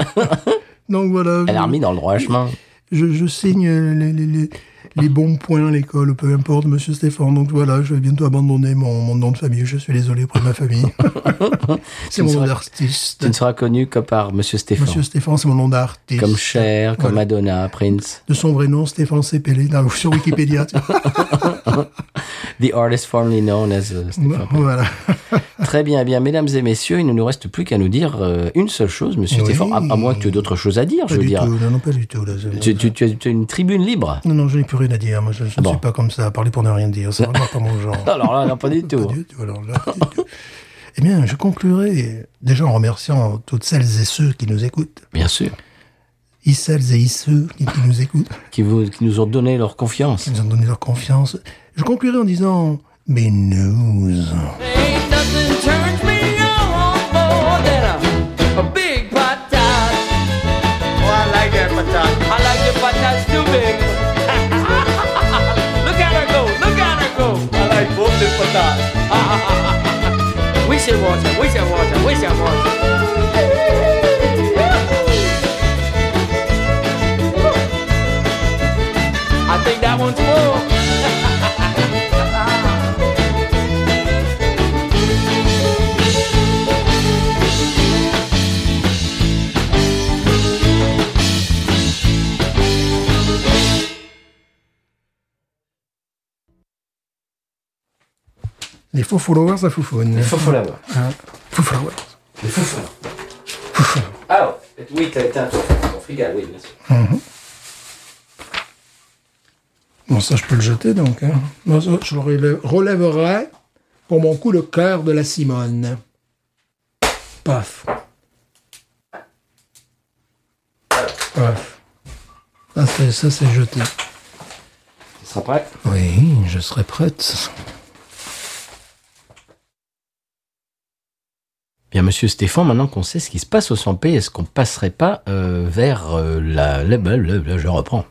B: donc voilà.
A: Elle a remis dans le droit chemin.
B: Je, je signe les, les, les, les bons points à l'école, peu importe, Monsieur Stéphane. Donc voilà, je vais bientôt abandonner mon, mon nom de famille. Je suis désolé auprès de ma famille. c'est mon nom
A: seras-
B: d'artiste.
A: Tu ne seras connu que par monsieur Stéphane.
B: Monsieur Stéphane, c'est mon nom d'artiste.
A: Comme Cher, comme
B: Voilà.
A: Madonna, Prince.
B: De son vrai nom, Stéphane Cepelé, dans- sur Wikipédia. tu vois.
A: The artist formerly known as euh, Stéphane.
B: voilà.
A: Très bien, eh bien, mesdames et messieurs, il ne nous reste plus qu'à nous dire euh, une seule chose, monsieur
B: Oui.
A: Stéphane, à, à moins que tu aies d'autres choses à dire,
B: Pas
A: je veux
B: du
A: dire.
B: tout. Non, non, pas du tout. là, c'est-
A: Tu, tu- tu as, tu as une tribune libre
B: Non, non, je n'ai plus rien à dire. Moi, je, je ne
A: bon.
B: suis pas comme ça, à parler pour ne rien dire. C'est vraiment pas mon genre.
A: Alors là, non, pas du tout.
B: Pas du tout, alors là, pas du tout. Eh bien, je conclurai déjà en remerciant toutes celles et ceux qui nous écoutent.
A: Bien sûr.
B: Ils, celles et ils, ceux qui, qui nous écoutent,
A: Qui, vous, qui nous ont donné leur confiance.
B: qui nous ont donné leur confiance. Je conclurai en disant, mais news.
D: Ain't nothing turns me on more than a, a big patat. Oh, I like that patat. I like the patats too big. look at her go, look at her go. I like both the patats. we should watch it, we should watch it, we should watch it. I think that one's full.
B: Les faux followers à foufoune.
A: Faut, faut l'avoir.
B: Hein. Faux followers.
A: Ah oui, t'as été un frigal, oui, bien sûr.
B: Bon, ça, je peux le jeter, donc. hein. Bon, ça, je le relève- relèverai pour mon coup le cœur de la Simone. Paf. Paf. Ça, c'est- Ça, c'est jeté.
A: Tu seras prêt
B: Oui, je serai prête.
A: Bien, monsieur Stéphane, maintenant qu'on sait ce qui se passe au 100p, est-ce qu'on passerait pas euh, vers euh, la, la- la- la- la- Je reprends.